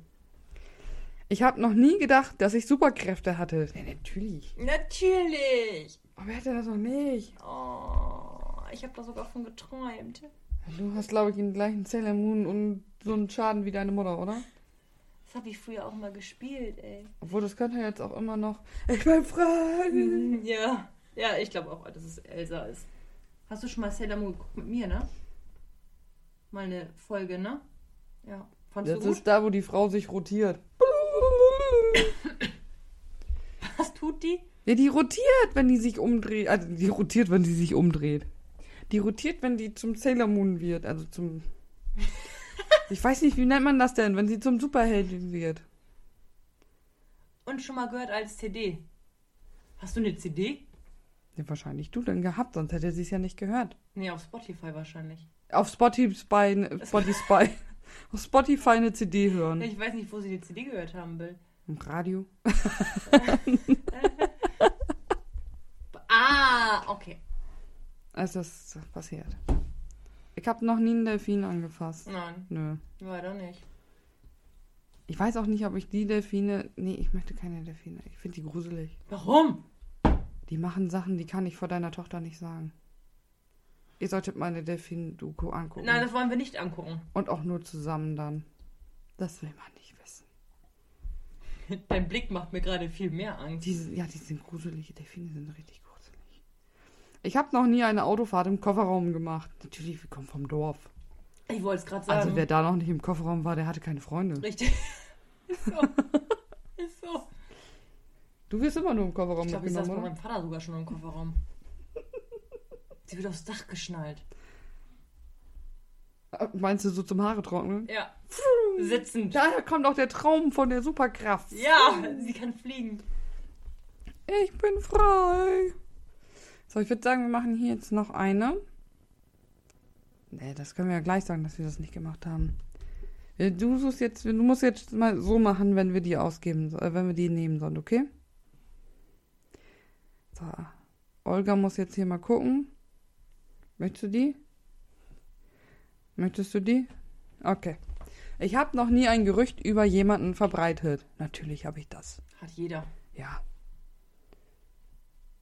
A: Ich habe noch nie gedacht, dass ich Superkräfte hatte. Ja, natürlich.
B: Natürlich.
A: Aber wer hätte das noch nicht?
B: Oh, ich habe da sogar von geträumt.
A: Du hast, glaube ich, den gleichen Sailor Moon und so einen Schaden wie deine Mutter, oder?
B: Das habe ich früher auch mal gespielt, ey.
A: Obwohl, das könnte jetzt auch immer noch. Ich bin frei!
B: Ja, ja, ich glaube auch, dass es Elsa ist. Hast du schon mal Sailor Moon geguckt mit mir, ne? Mal eine Folge, ne? Ja. Fandst
A: Das
B: du gut?
A: ist da, wo die Frau sich rotiert.
B: Was tut die?
A: Ja, die rotiert, wenn die sich umdreht. Also, die rotiert, wenn die sich umdreht. Die rotiert, wenn die zum Sailor Moon wird. Also zum. ich weiß nicht, wie nennt man das denn, wenn sie zum Superheldin wird?
B: Und schon mal gehört als CD. Hast du eine CD?
A: Ja, wahrscheinlich du denn gehabt, sonst hätte sie es ja nicht gehört.
B: Nee, auf Spotify wahrscheinlich.
A: Auf Spotify, Spotify, auf Spotify eine CD hören.
B: Ich weiß nicht, wo sie die CD gehört haben will.
A: Im Radio.
B: Ah, okay.
A: Also das ist passiert. Ich habe noch nie einen Delfin angefasst.
B: Nein,
A: Nö.
B: leider nicht.
A: Ich weiß auch nicht, ob ich die Delfine. Nee, ich möchte keine Delfine. Ich finde die gruselig.
B: Warum?
A: Die machen Sachen, die kann ich vor deiner Tochter nicht sagen. Ihr solltet mal eine Delfin-Doku angucken.
B: Nein, das wollen wir nicht angucken.
A: Und auch nur zusammen dann. Das will man nicht wissen.
B: Dein Blick macht mir gerade viel mehr Angst.
A: Die, sind- ja, die sind gruselig. Delfine sind richtig gruselig. Ich habe noch nie eine Autofahrt im Kofferraum gemacht. Natürlich, wir kommen vom Dorf.
B: Ich wollte es gerade sagen.
A: Also wer da noch nicht im Kofferraum war, der hatte keine Freunde.
B: Richtig. Ist so. Ist so.
A: Du wirst immer nur im Kofferraum
B: Ich glaube, ich saß
A: mitgenommen,
B: mit
A: oder?
B: meinem Vater sogar schon im Kofferraum. Sie wird aufs Dach geschnallt.
A: Äh, Meinst du so zum Haare trocknen?
B: Ja. Sitzend.
A: Da kommt auch der Traum von der Superkraft.
B: Ja, sie kann fliegen.
A: Ich bin frei. So, ich würde sagen, wir machen hier jetzt noch eine. Nee, das können wir ja gleich sagen, dass wir das nicht gemacht haben. Äh, Du suchst jetzt, du musst jetzt mal so machen, wenn wir die ausgeben, so- äh, wenn wir die nehmen sollen, okay? So, Olga muss jetzt hier mal gucken. Möchtest du die? Möchtest du die? Okay. Ich habe noch nie ein Gerücht über jemanden verbreitet. Natürlich habe ich das.
B: Hat jeder.
A: Ja.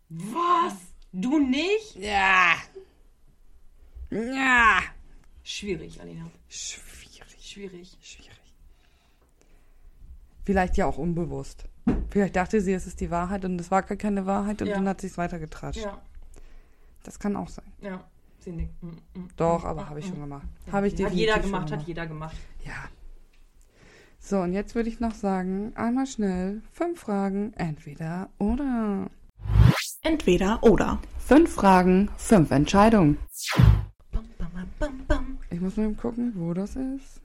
B: Was? Du nicht?
A: Ja. Ja.
B: Schwierig, Alina.
A: Schwierig,
B: Schwierig.
A: schwierig. Vielleicht ja auch unbewusst. Vielleicht dachte sie, es ist die Wahrheit und es war gar keine Wahrheit und
B: Ja.
A: dann hat sie es weitergetrascht.
B: Ja,
A: Das kann auch sein.
B: ja. Sie nickt. Mm, mm.
A: Doch, aber habe ich schon gemacht.
B: Ja.
A: Habe ich
B: Hat
A: definitiv
B: jeder
A: schon
B: gemacht, hat jeder gemacht.
A: Ja. So, und jetzt würde ich noch sagen, einmal schnell, fünf Fragen, entweder oder.
E: Entweder oder.
A: Fünf Fragen, fünf Entscheidungen.
B: Bam, bam, bam, bam, bam.
A: Ich muss mal eben gucken, wo das ist.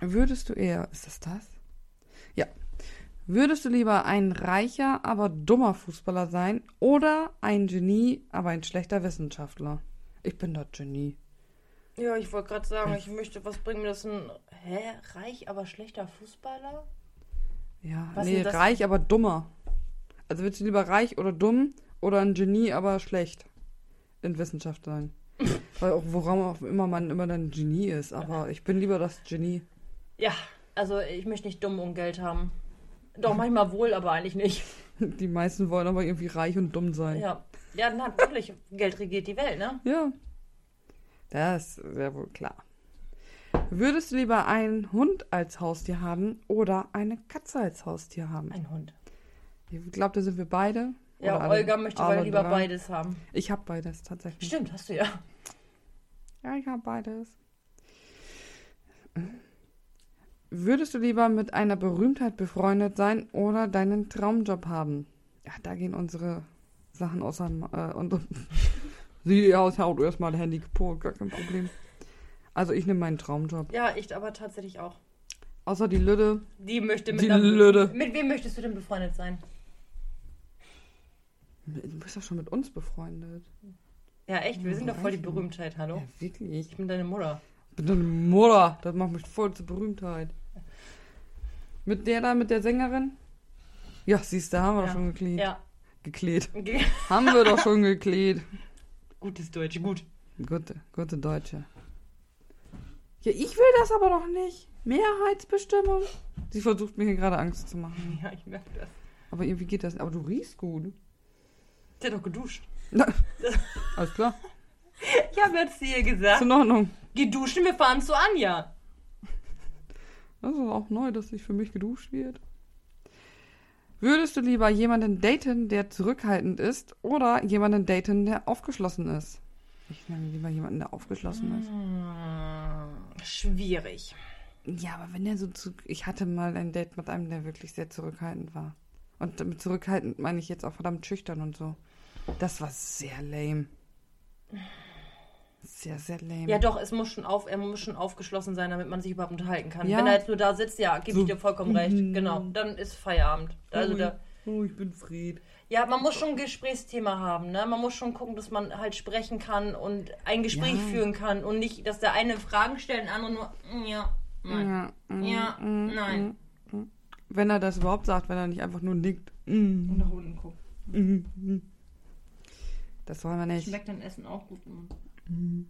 A: Würdest du eher. Ist das das? Ja. Würdest du lieber ein reicher, aber dummer Fußballer sein oder ein Genie, aber ein schlechter Wissenschaftler? Ich bin das Genie.
B: Ja, ich wollte gerade sagen, ich möchte, was bringt mir das ein. Hä? Reich, aber schlechter Fußballer?
A: Ja,
B: Was
A: nee,
B: ist das?
A: reich, aber dummer. Also willst du lieber reich oder dumm oder ein Genie, aber schlecht in Wissenschaft sein? Weil auch, woran auch immer man immer dann Genie ist, aber ich bin lieber das Genie.
B: Ja, also ich möchte nicht dumm und Geld haben. Doch, manchmal wohl, aber eigentlich nicht.
A: Die meisten wollen aber irgendwie reich und dumm sein.
B: Ja, ja natürlich, Geld regiert die Welt, ne?
A: Ja. Das ist sehr wohl klar. Würdest du lieber einen Hund als Haustier haben oder eine Katze als Haustier haben?
B: Ein Hund.
A: Ich glaube, da sind wir beide.
B: Ja,
A: Oder alle-
B: Olga möchte
A: alle
B: aber lieber
A: drei.
B: beides haben.
A: Ich habe beides tatsächlich.
B: Stimmt, hast du ja.
A: Ja, ich habe beides. Würdest du lieber mit einer Berühmtheit befreundet sein oder deinen Traumjob haben? Ja, da gehen unsere Sachen außer. Äh, unsere Sieh, ja, es haut erstmal Handy gepolt, gar kein Problem. Also, ich nehme meinen Traumjob.
B: Ja, ich aber tatsächlich auch.
A: Außer die Lüde.
B: Die möchte mit
A: Die
B: einer-
A: Lüde.
B: Mit wem möchtest du denn befreundet sein?
A: Du bist doch schon mit uns befreundet.
B: Ja, echt, wir sind doch voll die Berühmtheit, hallo?
A: Ja, wirklich.
B: Ich bin deine Mutter.
A: Ich bin deine Mutter. Das macht mich voll zur Berühmtheit. Mit der da, mit der Sängerin? Ja, siehst du, haben wir
B: Ja.
A: doch schon geklärt.
B: Ja.
A: geklebt. Haben wir doch schon geklärt.
B: Gutes Deutsch, gut.
A: Gute, gute Deutsche. Ja, ich will das aber doch nicht. Mehrheitsbestimmung. Sie versucht mir hier gerade Angst zu machen.
B: Ja, ich merke das.
A: Aber irgendwie geht das. Aber du riechst gut.
B: Der hat doch geduscht.
A: Alles klar.
B: Ich habe jetzt dir
A: Ist
B: gesagt,
A: in Ordnung.
B: geh duschen, wir fahren zu Anja.
A: Das ist auch neu, dass sich für mich geduscht wird. Würdest du lieber jemanden daten, der zurückhaltend ist, oder jemanden daten, der aufgeschlossen ist? Ich nehme lieber jemanden, der aufgeschlossen ist.
B: Hm, Schwierig.
A: Ja, aber wenn er so zu. Ich hatte mal ein Date mit einem, der wirklich sehr zurückhaltend war. Und mit zurückhaltend meine ich jetzt auch verdammt schüchtern und so. Das war sehr lame. Sehr, sehr lame.
B: Ja, doch, es muss schon auf, er muss schon aufgeschlossen sein, damit man sich überhaupt unterhalten kann.
A: Ja.
B: Wenn er jetzt nur da sitzt, ja, gebe
A: So,
B: ich dir vollkommen recht.
A: mhm.
B: Genau, dann ist Feierabend. Also
A: oh,
B: da,
A: oh, ich bin Fred.
B: ja, man muss schon ein Gesprächsthema haben, ne? Man muss schon gucken, dass man halt sprechen kann und ein Gespräch
A: Ja.
B: führen kann und nicht, dass der eine Fragen stellt, der andere nur, mm, ja, nein,
A: Ja, mm,
B: ja,
A: mm,
B: nein.
A: Wenn er das überhaupt sagt, wenn er nicht einfach nur nickt. Mm,
B: Und nach unten gucken.
A: mm, mm. Das wollen wir nicht.
B: Schmeckt dein Essen auch gut. mm.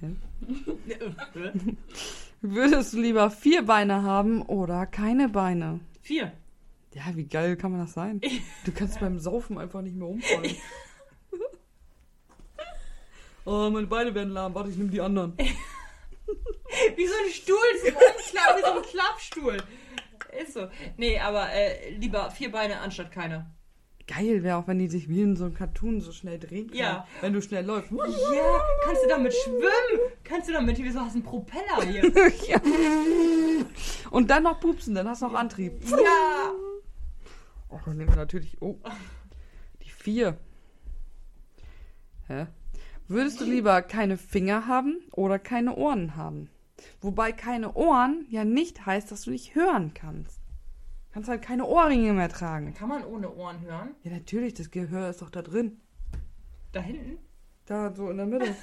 A: Hä? Würdest du lieber vier Beine haben oder keine Beine?
B: Vier.
A: Ja, wie geil kann man das sein? Du kannst beim Saufen einfach nicht mehr umfallen. Oh, meine Beine werden lahm. Warte, ich nehme die anderen.
B: Wie so ein Stuhl, so unklar, wie so ein Klappstuhl. Ist so. Nee, aber äh, lieber vier Beine anstatt keine.
A: Geil wäre auch, wenn die sich wie in so einem Cartoon so schnell drehen können.
B: Ja.
A: Wenn du schnell läufst.
B: Ja, kannst du damit schwimmen? Kannst du damit, wieso hast du einen Propeller hier?
A: Ja. Und dann noch pupsen, dann hast du noch Antrieb.
B: ja!
A: Oh, dann nehmen wir natürlich. Oh. Die vier. Hä? Würdest du lieber keine Finger haben oder keine Ohren haben? Wobei keine Ohren ja nicht heißt, dass du nicht hören kannst. Kannst halt keine Ohrringe mehr tragen.
B: Kann man ohne Ohren hören?
A: Ja, natürlich, das Gehör ist doch da drin.
B: Da hinten?
A: Da, so in der Mitte.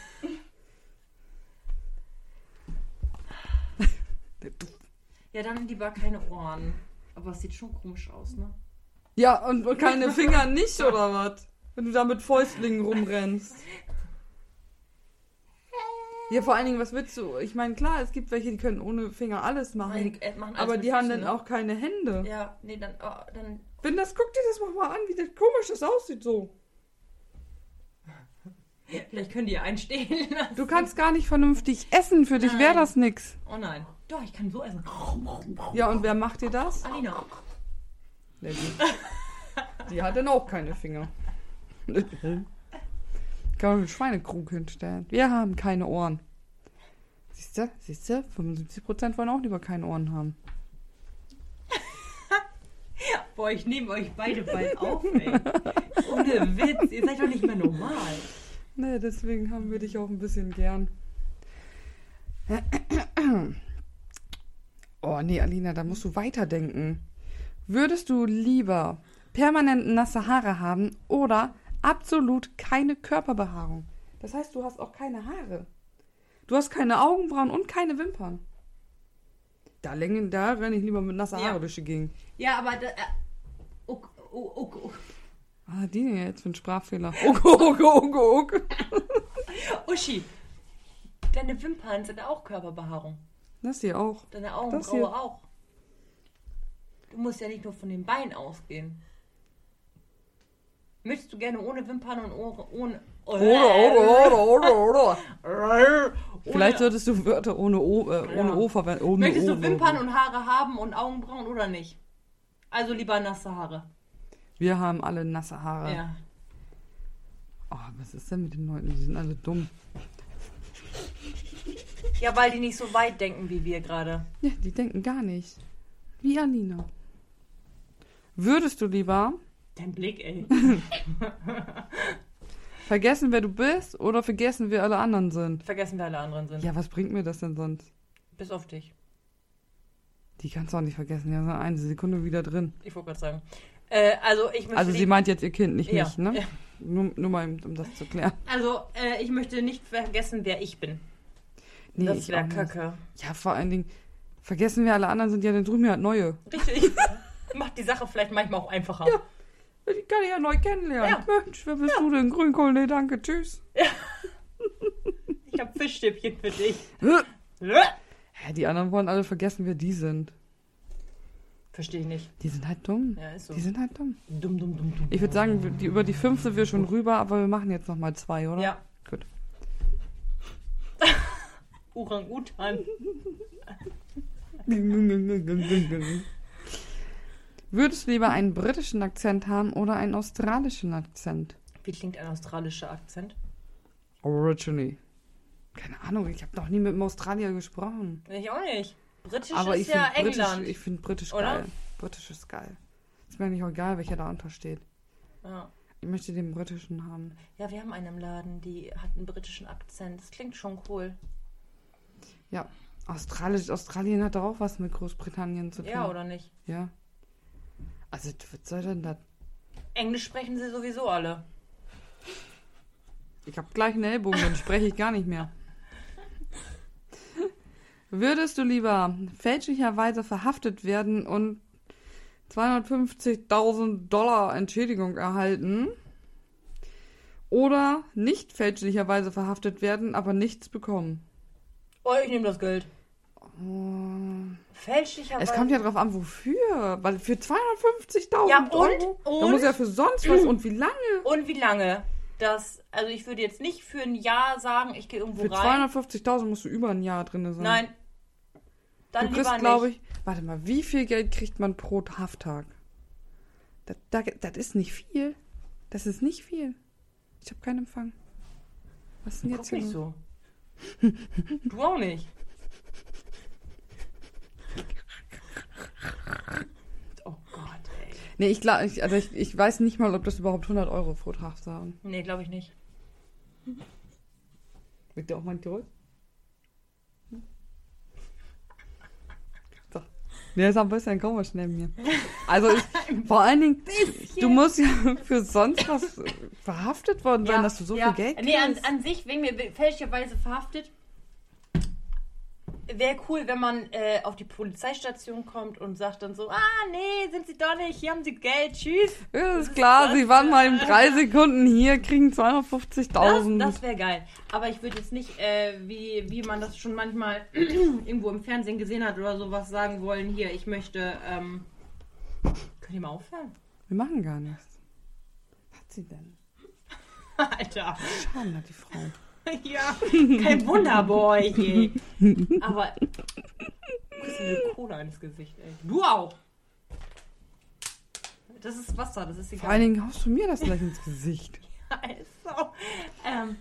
A: Du-
B: Ja, dann lieber keine Ohren. Aber es sieht schon komisch aus, ne?
A: ja, und, und keine Finger nicht, oder was? Wenn du da mit Fäustlingen rumrennst. Ja, vor allen Dingen, was willst du? Ich meine, klar, es gibt welche, die können ohne Finger alles machen.
B: Meine, äh, machen alles
A: aber
B: mit
A: die haben
B: Füßen,
A: dann
B: ne?
A: auch keine Hände.
B: Ja, nee, dann. Oh, dann
A: Wenn das, guck dir das mal mal an, wie das komisch das aussieht so.
B: vielleicht können die ja einstehen lassen.
A: Du kannst gar nicht vernünftig essen, für dich wäre
B: Nein.
A: das nix.
B: Oh nein. Doch, ich kann so essen.
A: Ja, und wer macht dir das?
B: Alina.
A: Na gut. Die hat dann auch keine Finger. Kann man einen Schweinekrug hinstellen. Wir haben keine Ohren. Siehst du, siehst du, 75% wollen auch lieber keine Ohren haben.
B: Boah, ich nehme euch beide bald auf, ey. Ohne Witz. Ihr seid doch nicht mehr normal.
A: Ne, deswegen haben wir dich auch ein bisschen gern. Oh nee, Alina, da musst du weiterdenken. Würdest du lieber permanent nasse Haare haben oder absolut keine Körperbehaarung? Das heißt, du hast auch keine Haare. Du hast keine Augenbrauen und keine Wimpern. Da, längen- da renne ich lieber mit nasser
B: Ja.
A: Haare durch die Gegend.
B: Ja, aber. Da, äh, oh, oh, oh, oh.
A: Ah, die denn jetzt für einen Sprachfehler. Uke, uke, uke, uke.
B: Uschi, deine Wimpern sind auch Körperbehaarung.
A: Das hier auch.
B: Deine
A: Das hier.
B: Augenbraue auch. Du musst ja nicht nur von den Beinen ausgehen. Möchtest du gerne ohne Wimpern und Ohre, ohne.
A: Oder, oder, oder, oder, oder.
B: ohne
A: Vielleicht solltest du Wörter ohne O, äh, ohne
B: Ja.
A: o verwenden. Ohne
B: Möchtest
A: o,
B: du Wimpern und Haare haben und Augenbrauen oder nicht? Also lieber nasse Haare.
A: Wir haben alle nasse Haare.
B: Ja.
A: Oh, was ist denn mit den Leuten? Die sind alle dumm.
B: Ja, weil die nicht so weit denken wie wir gerade.
A: Ja, die denken gar nicht. Wie Alina. Würdest du lieber
B: Dein Blick, ey.
A: vergessen, wer du bist oder vergessen, wer alle anderen sind?
B: Vergessen wir alle anderen sind.
A: Ja, was bringt mir das denn sonst?
B: Bis auf dich.
A: Die kannst du auch nicht vergessen. Die sind eine Sekunde wieder drin.
B: Ich wollte gerade sagen. Äh, also ich möchte
A: Also sie
B: lieb-
A: meint jetzt ihr Kind, nicht
B: Ja.
A: mich, ne?
B: Ja.
A: Nur, nur mal, um um das zu klären.
B: also äh, ich möchte nicht vergessen, wer ich bin.
A: Nee,
B: das
A: auch
B: wäre
A: nicht.
B: kacke.
A: Ja, vor allen Dingen, vergessen wir alle anderen sind ja dann drüben ja neue.
B: Richtig. Macht die Sache vielleicht manchmal auch einfacher.
A: Ja. Ich kann dich ja neu kennenlernen. Mensch, wer bist du denn? Grünkohl, nee, danke, tschüss.
B: Ich habe Fischstäbchen für dich.
A: Hä, die anderen wollen alle vergessen, wer die sind.
B: Verstehe ich nicht.
A: Die sind halt dumm.
B: Ja, ist so.
A: Die sind halt dumm.
B: Dumm, dumm, dumm, dumm.
A: Ich würde sagen, wir- die, über die fünf sind wir schon rüber, aber wir machen jetzt nochmal zwei, oder?
B: Ja.
A: Gut.
B: Orang-Utan.
A: Würdest du lieber einen britischen Akzent haben oder einen australischen Akzent?
B: Wie klingt ein australischer Akzent?
A: Originally. Keine Ahnung, ich habe noch nie mit einem Australier gesprochen.
B: Ich auch nicht. Britisch
A: aber
B: ist
A: ich
B: ja
A: finde britisch,
B: England.
A: ich find britisch
B: oder?
A: geil. Britisch ist geil. Ist mir nicht egal, welcher da untersteht.
B: ja.
A: Ich möchte den britischen haben.
B: ja, wir haben eine im Laden, die hat einen britischen Akzent. Das klingt schon cool.
A: Ja. Australisch, Australien hat doch auch was mit Großbritannien zu tun.
B: Ja, oder nicht?
A: Ja. Also, d- was soll denn das?
B: Englisch sprechen sie sowieso alle.
A: Ich hab gleich einen Ellbogen, dann spreche ich gar nicht mehr. Würdest du lieber fälschlicherweise verhaftet werden und 250.000 Dollar Entschädigung erhalten oder nicht fälschlicherweise verhaftet werden, aber nichts bekommen?
B: Oh, ich nehme das Geld. Äh,
A: Oh.
B: Fälschlicherweise.
A: Es kommt ja drauf an, wofür. Weil für 250.000
B: Ja, und?
A: Euro. Da
B: Und?
A: muss ja für sonst was und wie lange.
B: Und wie lange? dass, also ich würde jetzt nicht für ein Jahr sagen, ich gehe irgendwo
A: Für
B: rein.
A: 250.000 musst du über ein Jahr drin sein.
B: Nein. Dann
A: du kriegst,
B: Äh, lieber
A: glaube
B: nicht.
A: ich, warte mal, wie viel Geld kriegt man pro Hafttag? Das, da- das ist nicht viel. Das ist nicht viel. Ich habe keinen Empfang. Was ist denn
B: Guck
A: jetzt hier
B: nicht
A: los?
B: so. du auch nicht. Oh Gott, ey.
A: Nee, ich, glaub, ich, also ich, ich weiß nicht mal, ob das überhaupt 100 Euro pro Tag sagen.
B: Nee, glaube ich nicht.
A: Liegt dir auch mal ein Tirol? So. Ja, ist ein bisschen komisch neben mir. Also ich, vor allen Dingen, du musst ja für sonst was verhaftet worden sein,
B: Ja,
A: dass du so
B: ja.
A: viel Geld kriegst.
B: Nee, an, an sich wegen mir fälschlicherweise verhaftet. Wäre cool, wenn man äh, auf die Polizeistation kommt und sagt dann so, ah nee, sind sie doch nicht, hier haben sie Geld, tschüss.
A: Ja, ist klar, sie waren mal in drei Sekunden hier, kriegen
B: Das,
A: 250.000.
B: das wäre geil. Aber ich würde jetzt nicht, äh, wie, wie man das schon manchmal irgendwo im Fernsehen gesehen hat oder sowas, sagen wollen, hier, ich möchte, ähm, könnt ihr mal aufhören?
A: Wir machen gar nichts. Was hat sie denn?
B: Alter.
A: Schaden hat die Frau.
B: Ja, kein Wunder, Boy. Ey. Aber. Du kriegst eine Cola ins Gesicht, ey. Du auch. Das ist Wasser, das ist
A: Vor allen
B: egal.
A: Dingen haust du mir das gleich ins Gesicht.
B: Also, ähm,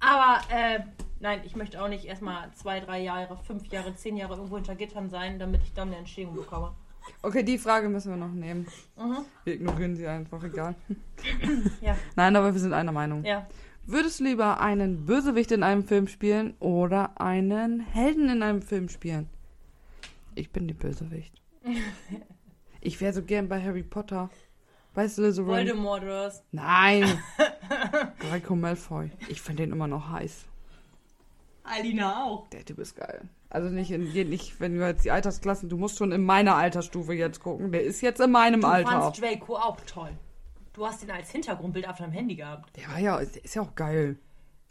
B: aber, äh, nein, ich möchte auch nicht erstmal zwei, drei Jahre, fünf Jahre, zehn Jahre irgendwo hinter Gittern sein, damit ich dann eine Entschädigung bekomme.
A: Okay, die Frage müssen wir noch nehmen.
B: Mhm.
A: Wir ignorieren sie einfach, egal.
B: Ja,
A: Nein, aber wir sind einer Meinung.
B: ja.
A: Würdest du lieber einen Bösewicht in einem Film spielen oder einen Helden in einem Film spielen? Ich bin die Bösewicht. Ich wäre so gern bei Harry Potter. Weißt du, Lizzie
B: Voldemort oder was?
A: Nein! Draco Malfoy. Ich finde den immer noch heiß.
B: Alina auch.
A: Der Typ ist geil. Also nicht, in, geht nicht, wenn wir jetzt die Altersklassen, du musst schon in meiner Altersstufe jetzt gucken. Der ist jetzt in meinem
B: Du
A: Alter.
B: fandst Draco auch toll. Du hast ihn als Hintergrundbild auf deinem Handy gehabt.
A: Der war ja, ist, ist ja auch geil.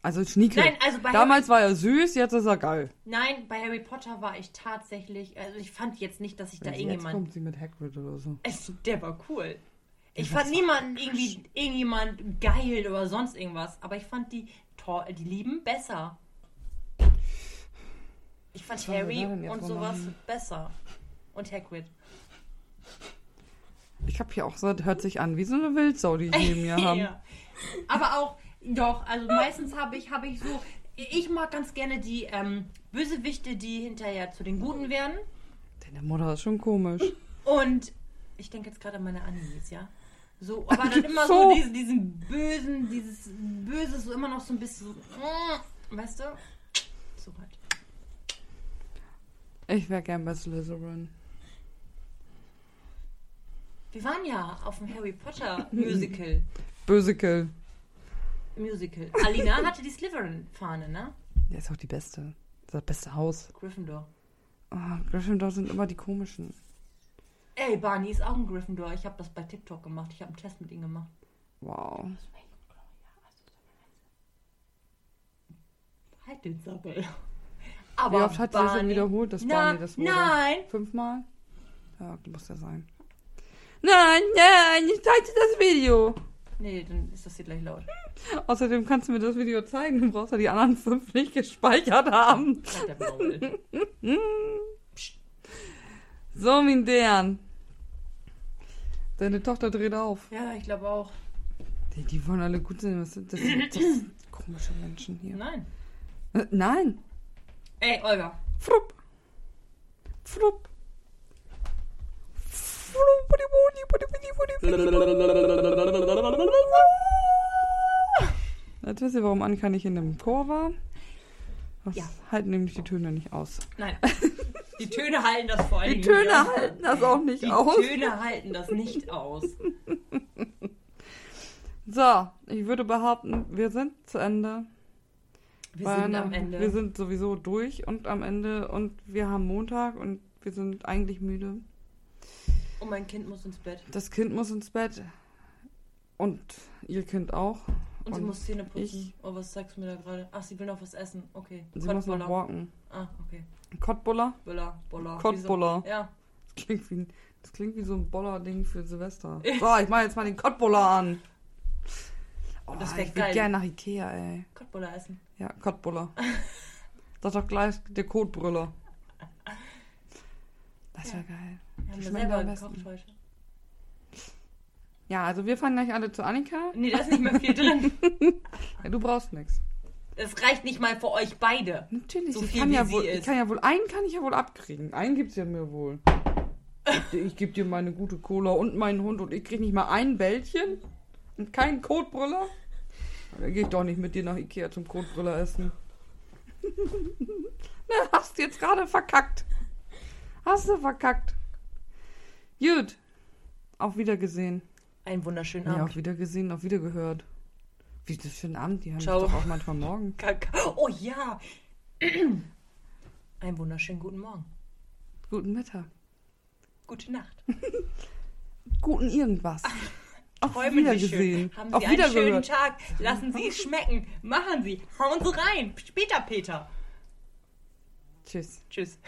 A: Also Schnieke.
B: Nein, also bei
A: Damals war er süß, jetzt ist er geil.
B: Nein, bei Harry Potter war ich tatsächlich, also ich fand jetzt nicht, dass ich da
A: Also jetzt
B: irgendjemand.
A: kommt sie mit Hagrid oder so.
B: Es, der war cool. Ich
A: war
B: fand niemanden irgendwie irgendjemand geil oder sonst irgendwas, aber ich fand die to- die lieben besser. Ich fand
A: wollen wir
B: Harry
A: da denn jetzt
B: und
A: wohl
B: sowas
A: machen?
B: besser. Und Hagrid.
A: Ich habe hier auch so, hört sich an wie so eine Wildsau, die ich neben mir haben.
B: Ja. Aber auch, doch, also meistens habe ich, habe ich so, ich mag ganz gerne die ähm, Bösewichte, die hinterher zu den Guten werden.
A: Deine Mutter ist schon komisch.
B: Und ich denke jetzt gerade an meine Animes, ja? So, aber dann immer
A: So.
B: so, diesen, diesen bösen, dieses Böse, so immer noch so ein bisschen so, mm, weißt du? So halt.
A: Ich wäre gern bei Slytherin.
B: Wir waren ja auf dem Harry Potter Musical.
A: Bösekill.
B: Musical. Alina hatte die Slytherin-Fahne, ne?
A: Der ist auch die beste. Das ist das beste Haus.
B: Gryffindor.
A: Oh, Gryffindor sind immer die komischen.
B: Ey, Barney ist auch ein Gryffindor. Ich habe das bei TikTok gemacht. Ich habe einen Test mit ihm gemacht.
A: Wow.
B: Halt den Sabbel.
A: Wie
B: Aber
A: oft hat sie das denn wiederholt, dass
B: Na-
A: Barney das wurde?
B: Nein,
A: Fünfmal? Ja, muss ja sein. Nein, nein, ich zeige dir das Video.
B: Nee, dann ist das hier gleich laut.
A: Außerdem kannst du mir das Video zeigen. Du brauchst ja die anderen fünf nicht gespeichert haben.
B: Halt der Maul.
A: So, mein Dern. Deine Tochter dreht auf.
B: Ja, ich glaube auch.
A: Die, die wollen alle gut sein. Was sind das? sind- das sind komische Menschen hier.
B: Nein.
A: Äh, Nein.
B: Ey, Olga.
A: Frupp. Frupp. Frupp. Budi, budi, budi, budi, budi, budi, budi. Ah. Jetzt wisst ihr, warum Annika nicht in dem Chor war. Das
B: Ja.
A: halten nämlich die Töne nicht aus.
B: Nein. Die Töne halten das vor allem
A: Die Töne halten das auch nicht
B: Die
A: aus.
B: Töne halten das nicht aus.
A: So, ich würde behaupten, wir sind zu Ende.
B: Wir
A: Bei
B: sind
A: einer-
B: am Ende.
A: Wir sind sowieso durch und am Ende und wir haben Montag und wir sind eigentlich müde.
B: Und Oh, mein Kind muss ins Bett.
A: Das Kind muss ins Bett und ihr Kind auch.
B: Und, sie
A: Und
B: muss Zähne putzen.
A: ich-
B: Oh, was sagst du mir da gerade? Ach, sie will noch was essen. Okay.
A: Sie muss noch
B: Kottboller.
A: walken.
B: Ah, okay.
A: Kottbuller?
B: Böller, Boller.
A: Kottboller.
B: Wie so- Ja.
A: Das klingt wie, ein- das klingt wie so ein Boller-Ding für Silvester. So, ich mache jetzt mal den Kottbuller an. Oh,
B: das wär
A: ich würde
B: geil.
A: gerne nach Ikea, ey.
B: Kottbuller essen.
A: Ja, Kottbuller. das ist doch gleich der Kotbrüller. Das wäre geil.
B: Haben
A: Die
B: wir
A: schmecken
B: selber
A: am besten.
B: gekocht heute.
A: Ja, also wir fahren gleich alle zu Annika.
B: Nee, da ist nicht mehr viel drin.
A: Ja, du brauchst nichts.
B: Es reicht nicht mal für euch beide.
A: Natürlich,
B: So
A: ich,
B: viel,
A: kann
B: wie
A: ja
B: sie
A: wohl, ich
B: ist.
A: kann ja wohl, einen kann ich ja wohl abkriegen. Einen gibt's ja mir wohl. Ich, ich gebe dir meine gute Cola und meinen Hund und ich krieg nicht mal ein Bällchen und keinen Kotbrüller. Dann gehe ich doch nicht mit dir nach Ikea zum Kotbrüller essen. Na, hast jetzt gerade verkackt. Hast du verkackt. Gut. Auch wieder gesehen.
B: Einen wunderschönen
A: Ja,
B: Abend.
A: auch wieder gesehen, auch wieder gehört. Wie das für einen Abend, die haben
B: Ciao.
A: Ciao. doch auch manchmal morgen.
B: Kaka- Oh ja. Einen wunderschönen guten Morgen.
A: Guten Mittag.
B: Gute Nacht.
A: guten irgendwas. Auch
B: Träumen
A: wieder
B: Sie
A: gesehen.
B: schön. Haben Sie
A: auch
B: einen
A: wieder
B: schönen
A: gehört.
B: Tag. Lassen Sie es schmecken. Machen Sie. Hauen Sie rein. Später, Peter.
A: Tschüss.
B: Tschüss.